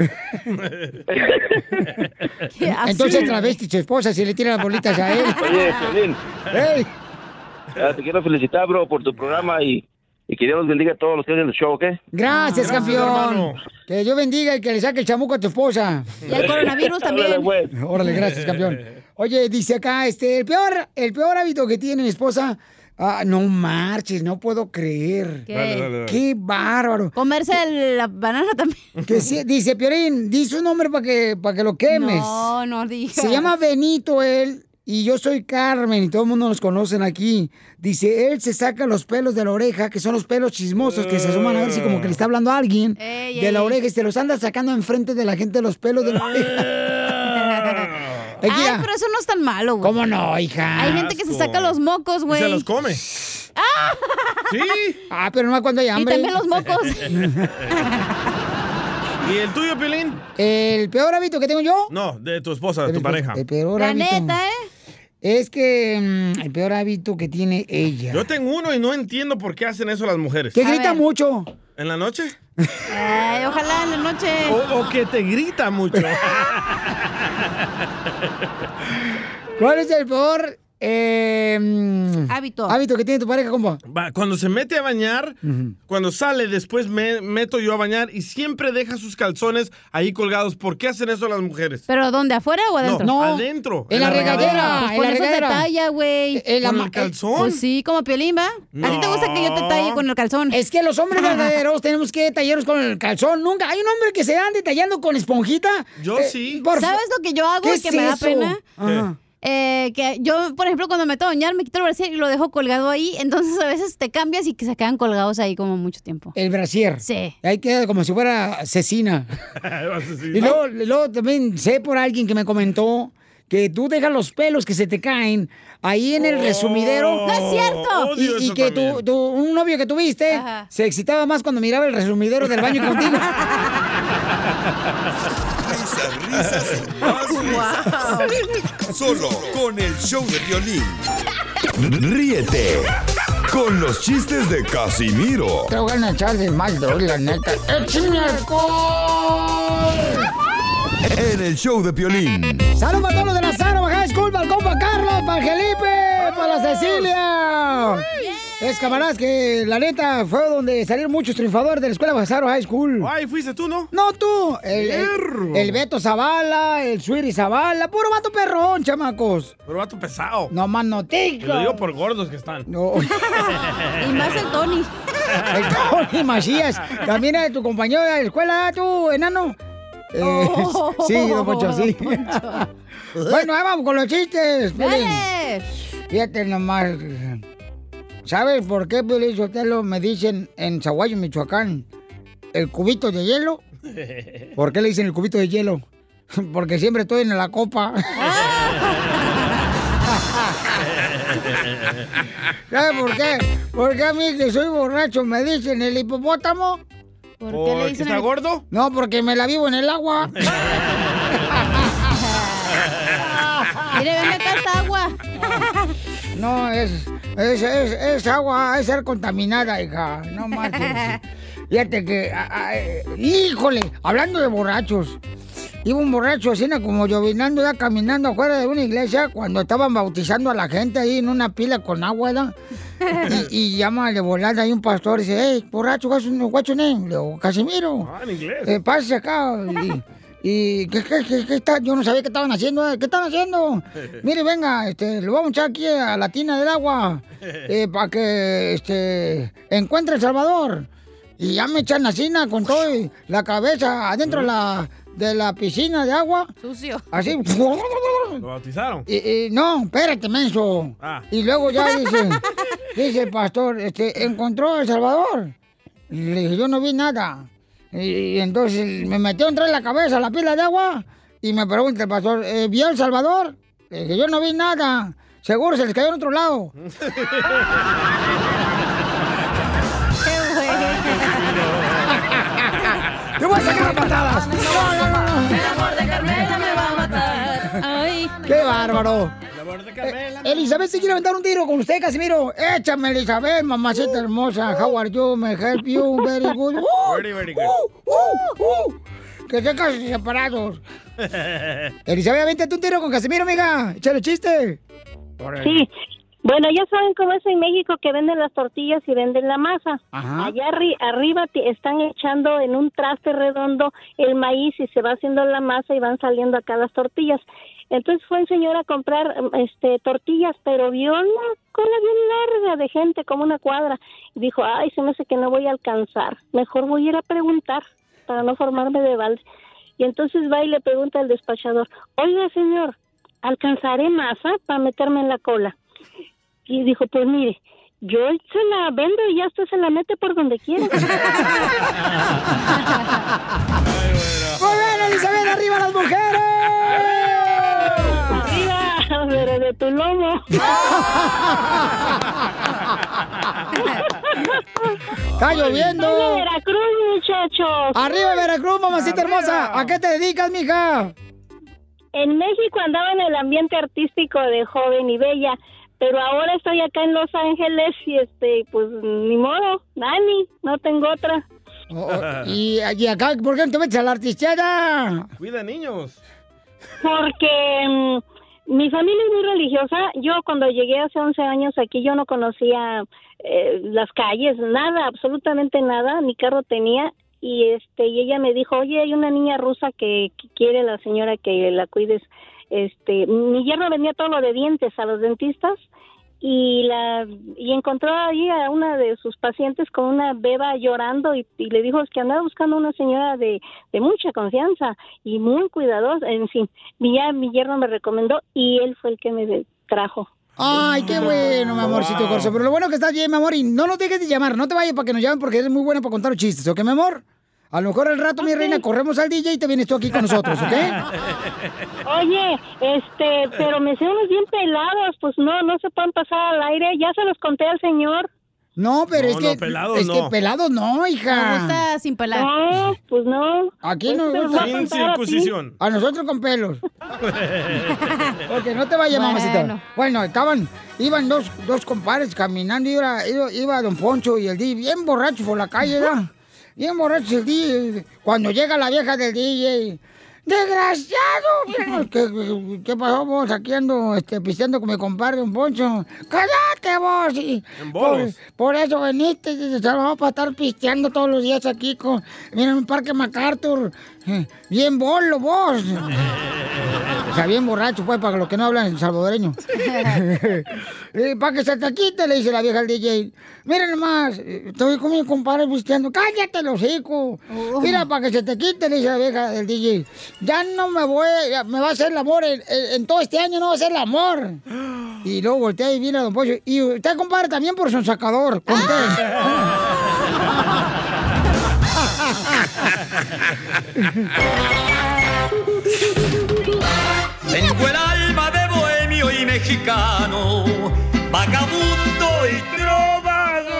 Entonces travesti, su esposa, si le tira las bolitas a él.
Oye, Piolín,
¡Ey!
ah, te quiero felicitar, bro, por tu programa y, y que Dios los bendiga a todos los que hacen el show, ¿ok?
Gracias, campeón.
hermano.
Que Dios bendiga y que le saque el chamuco a tu esposa.
Y al coronavirus también. Órale, pues.
Órale, gracias, campeón. Oye, dice acá, este, el peor, el peor hábito que tiene mi esposa. ah, no marches, no puedo creer.
¿Qué? Dale, dale, dale.
Qué bárbaro.
Comerse la banana también.
Que sí, dice, Piorín, dice un nombre para que, para que lo quemes.
No, no digas.
Se llama Benito él y yo soy Carmen y todo el mundo nos conocen aquí. Dice, él se saca los pelos de la oreja, que son los pelos chismosos que se suman a ver si como que le está hablando a alguien
Ey,
de la
ey.
oreja y se los anda sacando enfrente de la gente los pelos de la oreja.
Ay, pero eso no es tan malo, güey.
¿Cómo no, hija?
Hay gente que se
Asco.
saca los mocos, güey.
come.
¡Ah!
Sí.
Ah, pero no cuando hay hambre.
también los mocos.
¿Y el tuyo, Piolín?
El peor hábito que tengo yo.
No, de tu esposa, de tu pareja.
El peor
La
hábito.
neta, ¿eh?
es que mm, el peor hábito que tiene ella.
Yo tengo uno y no entiendo por qué hacen eso las mujeres.
Que grita mucho.
¿En la noche?
Ay, ojalá en la noche.
O, o que te grita mucho.
¿Cuál es el peor eh, mm,
hábito.
que tiene tu pareja, compa?
Va, Cuando se mete a bañar, cuando sale, después me meto yo a bañar y siempre deja sus calzones ahí colgados. ¿Por qué hacen eso las mujeres?
¿Pero dónde? ¿Afuera o adentro?
No, No. adentro, En en la la regadera. regadera,
Pues
en
con
la
eso te
regadera.
talla, güey.
Eh,
En la ¿Con el ma- calzón?
Pues sí, como piolín, ¿va? ¿A ti te gusta que yo te talle con el calzón?
Es que los hombres verdaderos tenemos que tallarnos con el calzón. Nunca hay un hombre que se ande tallando con esponjita. Eh,
Yo sí.
¿Sabes lo que yo hago
¿Qué
y
es
que me da
eso?
pena?
Ajá.
Eh, que yo, por ejemplo, cuando me meto a bañar, me quito el brasier y lo dejo colgado ahí. Entonces, a veces te cambias y que se quedan colgados ahí como mucho tiempo.
El brasier.
Sí.
Ahí queda como si fuera asesina. Y luego, luego también sé por alguien que me comentó que tú dejas los pelos que se te caen ahí en el resumidero.
Oh, ¡No es cierto!
Y,
Odio
y
eso
que tu,
también.
tu- un novio que tuviste se excitaba más cuando miraba el resumidero del baño que contigo.
Risas, risas y más risas. Solo con el show de violín. Ríete con los chistes de Casimiro
Te voy a echar de mal, la neta. ¡Échame
en el show de violín.
Saludos para todos los de la Sara, para High School, para el compa Carlos, para el Felipe, para la Cecilia. Es camaradas que la neta fue donde salieron muchos triunfadores de la escuela Basaro High School.
Ay, fuiste tú, ¿no?
No, tú. El, el, el Beto Zavala, el Suiri Zavala, puro vato perrón, chamacos.
Pero vato pesado.
No más
Te lo digo
noticas.
por gordos que están.
No.
Y más el Tony.
El Tony Macías. También era de tu compañero de la escuela, tú, enano. Eh,
Oh.
sí, don Poncho, sí. bueno, ahí vamos con los chistes. Piolín.
Dale.
Fíjate nomás. ¿Sabes por qué, Piolín Sotelo, me dicen en Zaguayo, Michoacán, el cubito de hielo? ¿Por qué le dicen el cubito de hielo? Porque siempre estoy en la copa.
Ah,
¿Sabes por qué? Porque a mí que soy borracho me dicen el hipopótamo.
¿Por
qué le ¿Porque dicen está el- gordo?
No, porque me la vivo en el agua.
Mire, ven acá esta agua.
No, es, es, es, es agua, es ser contaminada, hija. No marches. Fíjate que, a- a- eh, híjole, hablando de borrachos. Iba un borracho así, ¿no? como llovinando, ya caminando afuera de una iglesia cuando estaban bautizando a la gente ahí en una pila con agua, ¿no? Y, y llama de volada ahí un pastor y dice, hey, borracho, what's your what's your name? Le digo, Casimiro.
Ah, en inglés.
Eh, pásese acá. Y, y ¿qué, qué, qué- qué está? yo no sabía qué estaban haciendo. eh, ¿Qué están haciendo? Mire, venga, este, lo vamos a echar aquí a la tina del agua eh, para que este, encuentre El Salvador. Y ya me echan la cina con todo y la cabeza adentro de la, de la piscina de agua.
Sucio.
Así.
¿Lo bautizaron?
Y, y- no, espérate, menso.
Ah.
Y luego ya dice, dice el pastor, este, encontró a El Salvador. Y le dije, yo no vi nada. Y, y entonces me metió entre la cabeza la pila de agua y me pregunta el pastor, ¿eh, ¿vio El Salvador? Le dije, yo no vi nada. Seguro se les cayó en otro lado. ¡Te voy a sacar a patadas!
El amor de Carmela me va a matar.
Ay.
¡Qué bárbaro!
Carmela.
Eh, Elizabeth se quiere aventar un tiro con usted, Casimiro. Échame, Elizabeth, mamacita hermosa. How are you? Me help you. Very good. Uh,
Very, very good.
uh, uh, uh. Que se casen separados. Elizabeth, avéntate un tiro con Casimiro, amiga. Ah, Échale chiste.
Sí. Bueno, ya saben cómo es en México que venden las tortillas y venden la masa.
Ajá.
Allá arri- arriba te están echando en un traste redondo el maíz y se va haciendo la masa y van saliendo acá las tortillas. Entonces fue el señor a comprar em, este tortillas, pero vio una cola bien larga de gente, como una cuadra, y dijo, ay, se me hace que no voy a alcanzar. Mejor voy a ir a preguntar para no formarme de balde. Y entonces va y le pregunta al despachador, oiga señor, ¿alcanzaré masa para meterme en la cola? Y dijo, pues mire, yo se la vendo y ya usted se la mete por donde quiera.
¡Muy bien, Elizabeth! ¡Arriba las mujeres!
¡Arriba! Pero de tu lomo.
¡Está lloviendo!
Soy de Veracruz, muchachos!
¡Arriba, Veracruz, mamacita
Arriba.
hermosa! ¿A qué te dedicas, mija?
En México andaba en el ambiente artístico de joven y bella, pero ahora estoy acá en Los Ángeles y este, pues ni modo, Dani, no tengo otra.
oh, Y, y acá, ¿por qué no te metes a la artisteada?
Cuida niños.
Porque mm, mi familia es muy religiosa. Yo cuando llegué hace 11 años aquí yo no conocía eh, las calles, nada, absolutamente nada, ni carro tenía. Y este y ella me dijo, oye, hay una niña rusa que, que quiere la señora que la cuides. Este, mi yerno venía todo lo de dientes a los dentistas y la y encontró ahí a una de sus pacientes con una beba llorando y, y le dijo que andaba buscando una señora de, de mucha confianza y muy cuidadosa, en fin, mi, ya mi yerno me recomendó y él fue el que me de- trajo.
Ay, qué bueno, mi amorcito
Wow.
Corso. Pero lo bueno que estás bien, mi amor, y no nos dejes de llamar. No te vayas para que nos llamen porque eres muy buena para contar los chistes, ¿ok, mi amor? A lo mejor el rato, mi reina, corremos al DJ y te vienes tú aquí con nosotros, ¿ok?
Oye, este, pero me sé unos bien pelados, pues no, no se pueden pasar al aire, ya se los conté al señor.
No, pero
No,
es que.
no, pelados
es que
no.
pelados no, hija.
Nos gusta
sin
pelar. No, pues no.
Aquí
Pues
nos
te los voy
gusta.
a Sin contar a ti. circuncisión.
A nosotros con pelos. Porque no te vayas,
Bueno.
mamacita. Bueno, estaban, iban dos, dos compares caminando, iba, iba, iba Don Poncho y el DJ, bien borrachos por la calle, ¿verdad? Bien borrachos el DJ. Cuando llega la vieja del DJ, ¡desgraciado! mira, ¿Qué, qué pasó vos aquí ando este, pisteando con mi compadre Don Poncho? ¡Cállate vos! Y
En
por,
bolas.
por eso veniste, y se vamos para estar pisteando todos los días aquí con, mira, en el Parque MacArthur. Eh, Bien bolo vos. O sea, bien borracho, pues, para los que no hablan el salvadoreño. Eh, para que se te quite, le dice la vieja al DJ. Miren nomás, eh, estoy con mi compadre busteando. Cállate, los hocico. Mira, para que se te quite, le dice la vieja del DJ. Ya no me voy, ya me va a hacer el amor. En, en- en todo este año no va a ser el amor. Y luego voltea y viene a Don Pollo. Y usted, compadre, también por su sacador. Con
Tengo el alma de bohemio y mexicano, vagabundo y trovador.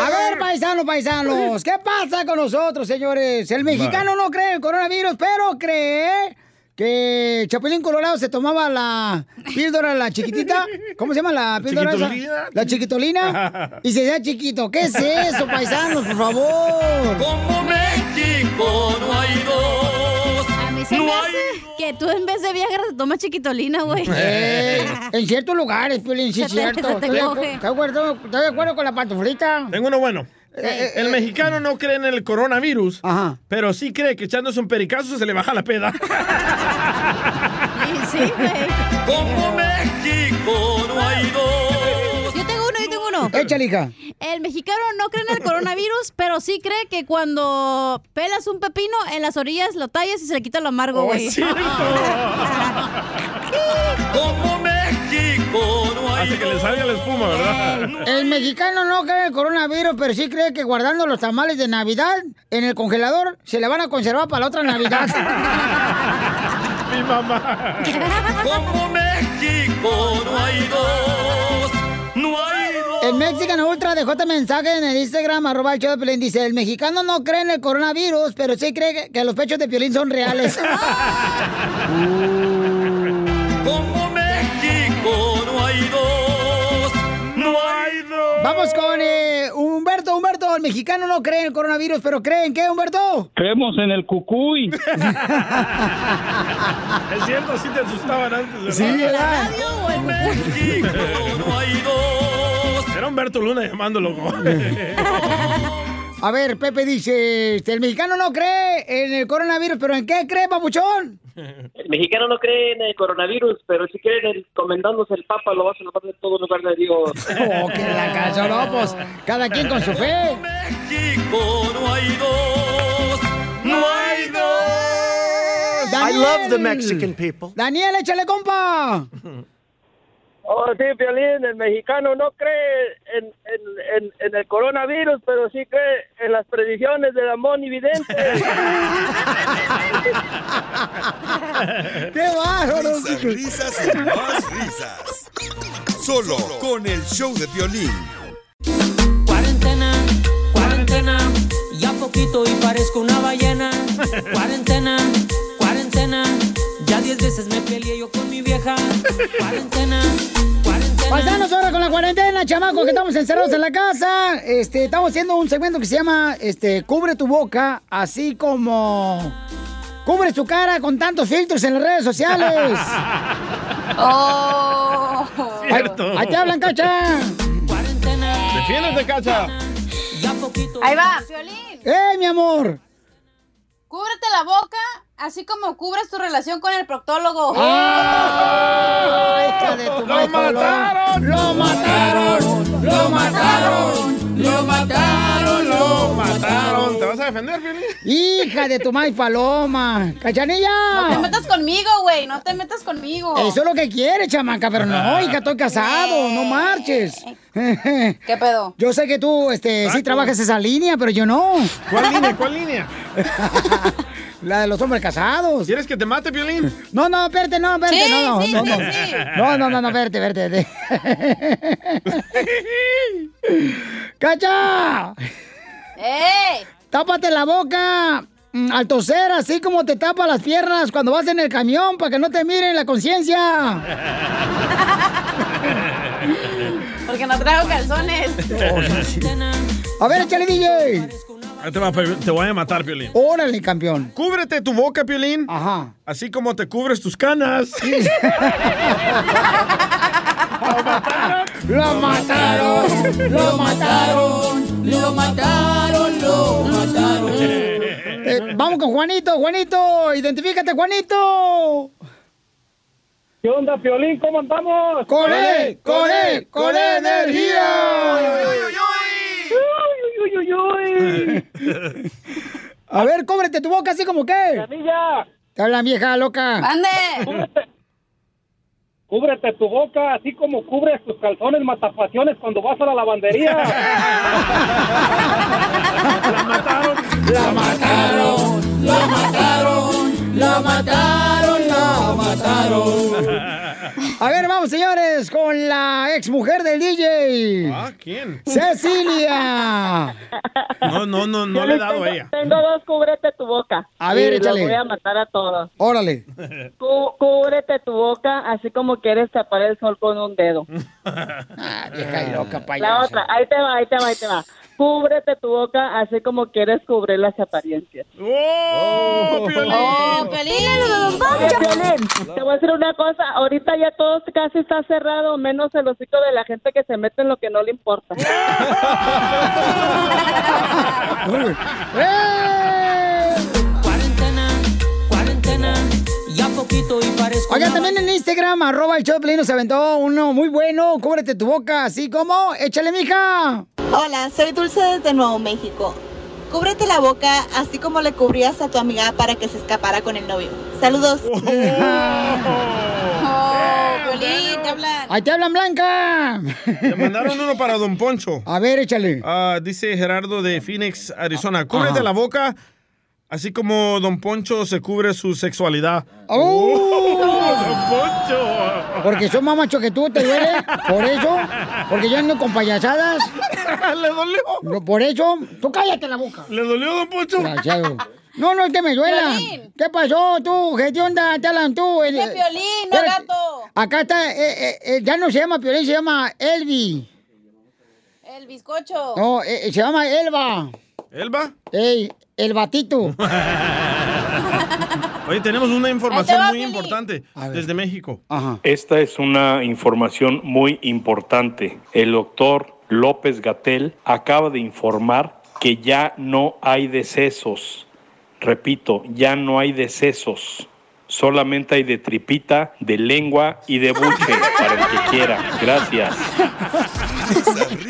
A ver, paisanos, paisanos, ¿qué pasa con nosotros, señores? El mexicano no cree en el coronavirus, pero cree que Chapulín Colorado se tomaba la píldora, la chiquitita. ¿Cómo se llama la píldora? esa?
Chiquitolina.
La chiquitolina. Y se da chiquito. ¿Qué es eso, paisanos, por favor?
Como México no hay dos.
A mí se me hace que tú en vez de Viagra te tomas chiquitolina, güey.
Eh, en ciertos lugares, Piolín, sí,
Se
es
te-
cierto.
se te
Estoy de acu-
coge.
estoy de acuerdo- estoy de acuerdo con la pantuflita.
Tengo uno bueno.
Eh,
el
eh,
mexicano no cree en el coronavirus, pero sí cree que echándose un pericazo se le baja la peda.
Sí, güey.
Como México no hay dos.
Yo tengo uno, yo tengo uno.
Échale, hija.
El mexicano no cree en el coronavirus, pero sí cree que cuando pelas un pepino, en las orillas lo tallas y se le quita lo amargo,
Oh,
güey.
es cierto. Como México no hay Hasta que le salga la espuma, ¿verdad?
El mexicano no cree en el coronavirus, pero sí cree que guardando los tamales de Navidad en el congelador se le van a conservar para la otra Navidad.
Mi mamá. Como México no hay dos. No hay dos.
El Mexican Ultra dejó este mensaje en el Instagram, arroba el show de Piolín. Dice, el mexicano no cree en el coronavirus, pero sí cree que- que los pechos de Piolín son reales.
Como México no hay dos. No hay dos.
Vamos con eh, Humberto. Humberto, el mexicano no cree en el coronavirus, pero cree en qué, Humberto?
Creemos en el cucuy.
Ah,
es cierto, sí te asustaban antes, ¿verdad?
Sí, ¿verdad?
Como
México no hay dos.
Era Humberto Luna llamándolo.
A ver, Pepe dice, este, el mexicano no cree en el coronavirus, pero ¿en qué cree, papuchón?
El mexicano no cree en el coronavirus, pero si creen en encomendándose el Papa, lo va a salvar de todo lugar de Dios.
Oh, que la cacho, no, pues, cada quien con su fe.
México no hay dos. No hay dos.
Daniel.
I love the Mexican people.
Daniel, échale, compa.
Oh, sí, Piolín, el mexicano no cree en, en, en, en el coronavirus, pero sí cree en las predicciones de la Moni Vidente.
¡Qué bárbaro!
Risas, risas y más risas. Solo con el show de violín.
Cuarentena, cuarentena, ya poquito y parezco una ballena. Cuarentena, cuarentena, ya
Ya diez veces me peleé yo con mi vieja. Cuarentena, cuarentena.
Pasanos ahora con la cuarentena, chamaco, que estamos encerrados en la casa. Este, estamos haciendo un segmento que se llama este, Cubre tu boca, así como cubre tu cara con tantos filtros en las redes sociales.
¡Oh!
Ahí, ahí te hablan, cacha.
Defiéndete, Cacha.
Ahí va, Piolín.
¡Eh, mi amor!
Cúbrete la boca, así como cubres tu relación con el
¡Oh!
proctólogo.
¡Lo mataron! ¡Lo mataron! ¡Lo mataron! ¡Lo mataron! ¡Lo mataron!
¿Te vas a defender, Piolín?
¡Hija de tu maíz paloma!
No te
¡Cachanilla!
metas conmigo, güey. No te metas conmigo.
Eso es lo que quiere, chamaca, pero no, hija, estoy casado, no marches.
Eh,
¿Qué
pedo?
Yo sé que tú este, sí trabajas esa línea, pero yo no.
¿Cuál línea? ¿Cuál línea?
La de los hombres casados.
¿Quieres que te mate, Piolín?
No, no, espérate, no, espérate,
Sí,
no, no,
sí,
no,
sí,
no.
sí.
no, no, no, no, espérate, espérate. espérate. ¡Cacha!
¡Eh!
¡Ey!
¡Tápate la boca! mm, Al toser, así como te tapa las piernas cuando vas en el camión para que no te miren la conciencia.
Porque no traigo calzones.
A ver, échale, DJ.
Ahí Te, va, Pi- te voy a matar, Piolín.
Órale, campeón.
Cúbrete tu boca, Piolín.
Ajá.
Así como te cubres tus canas.
¡Lo mataron! ¡Lo mataron! ¡Lo mataron! ¡Lo mataron! Eh, vamos con Juanito, Juanito, identifícate, Juanito.
¿Qué onda, Piolín? ¿Cómo andamos? E,
¡Con él, con él, con él, energía!
Uy, uy, uy, uy.
A ver, cóbrete tu boca así como qué. Te hablan vieja loca.
Cúbrete, cúbrete tu boca, así como cubres tus calzones matapaciones cuando vas a la lavandería.
¡La mataron! ¡La mataron! ¡La mataron! ¡La A ver, vamos, señores, con la ex mujer del DJ.
Ah, ¿quién?
¡Cecilia!
No, no, no, no le he dado a ella.
Tengo dos, cúbrete tu boca.
A ver,
Y
échale.
Los voy a matar a todos.
Órale.
Cú- cúbrete tu boca, así como quieres tapar el sol con un dedo.
Ah, Vieja loca,
La otra, ahí te va, ahí te va, ahí te va. Cúbrete tu boca, así como quieres cubrir las apariencias.
¡Oh,
Piolín!
¡Oh,
Piolín, Te voy a decir una cosa, ahorita ya todo casi está cerrado, menos el hocico de la gente que se mete en lo que no le importa.
Cuarentena, cuarentena. Ya poquito y parezco.
Oiga,
una
también en Instagram, arroba el Choplin, nos aventó uno muy bueno. Cúbrete tu boca, así como, échale, mija.
Hola, soy Dulce desde Nuevo México. Cúbrete la boca así como le cubrías a tu amiga para que se escapara con el novio. Saludos.
Ahí te hablan, Blanca.
Te mandaron uno para Don Poncho. Ah,
A ver, échale. Ah,
dice Gerardo de Phoenix, Arizona. Cúbrete
Ajá.
la boca, así como Don Poncho se cubre su sexualidad.
Oh. Porque soy más macho que tú, ¿te duele? Por eso, porque yo ando con payasadas.
Le dolió.
por eso, tú cállate la boca.
¿Le dolió, don Poncho?
No, no es que me duela. ¿Qué pasó tú? ¿Qué te onda? Te hablan tú. El,
¡Qué Piolín, no
Espérate.
gato!
Acá está, eh, eh, eh, ya no se llama Piolín, se llama Elvi.
El bizcocho.
No, eh, eh, se llama Elba.
¿Elba?
Ey, el batito.
Oye, tenemos una
Ahí
información
te va,
muy importante desde México.
Esta es una información muy importante. El doctor López Gatel acaba de informar que ya no hay decesos. Repito, ya no hay decesos. Solamente hay de tripita, de lengua y de buche para el que quiera. Gracias.
Risas,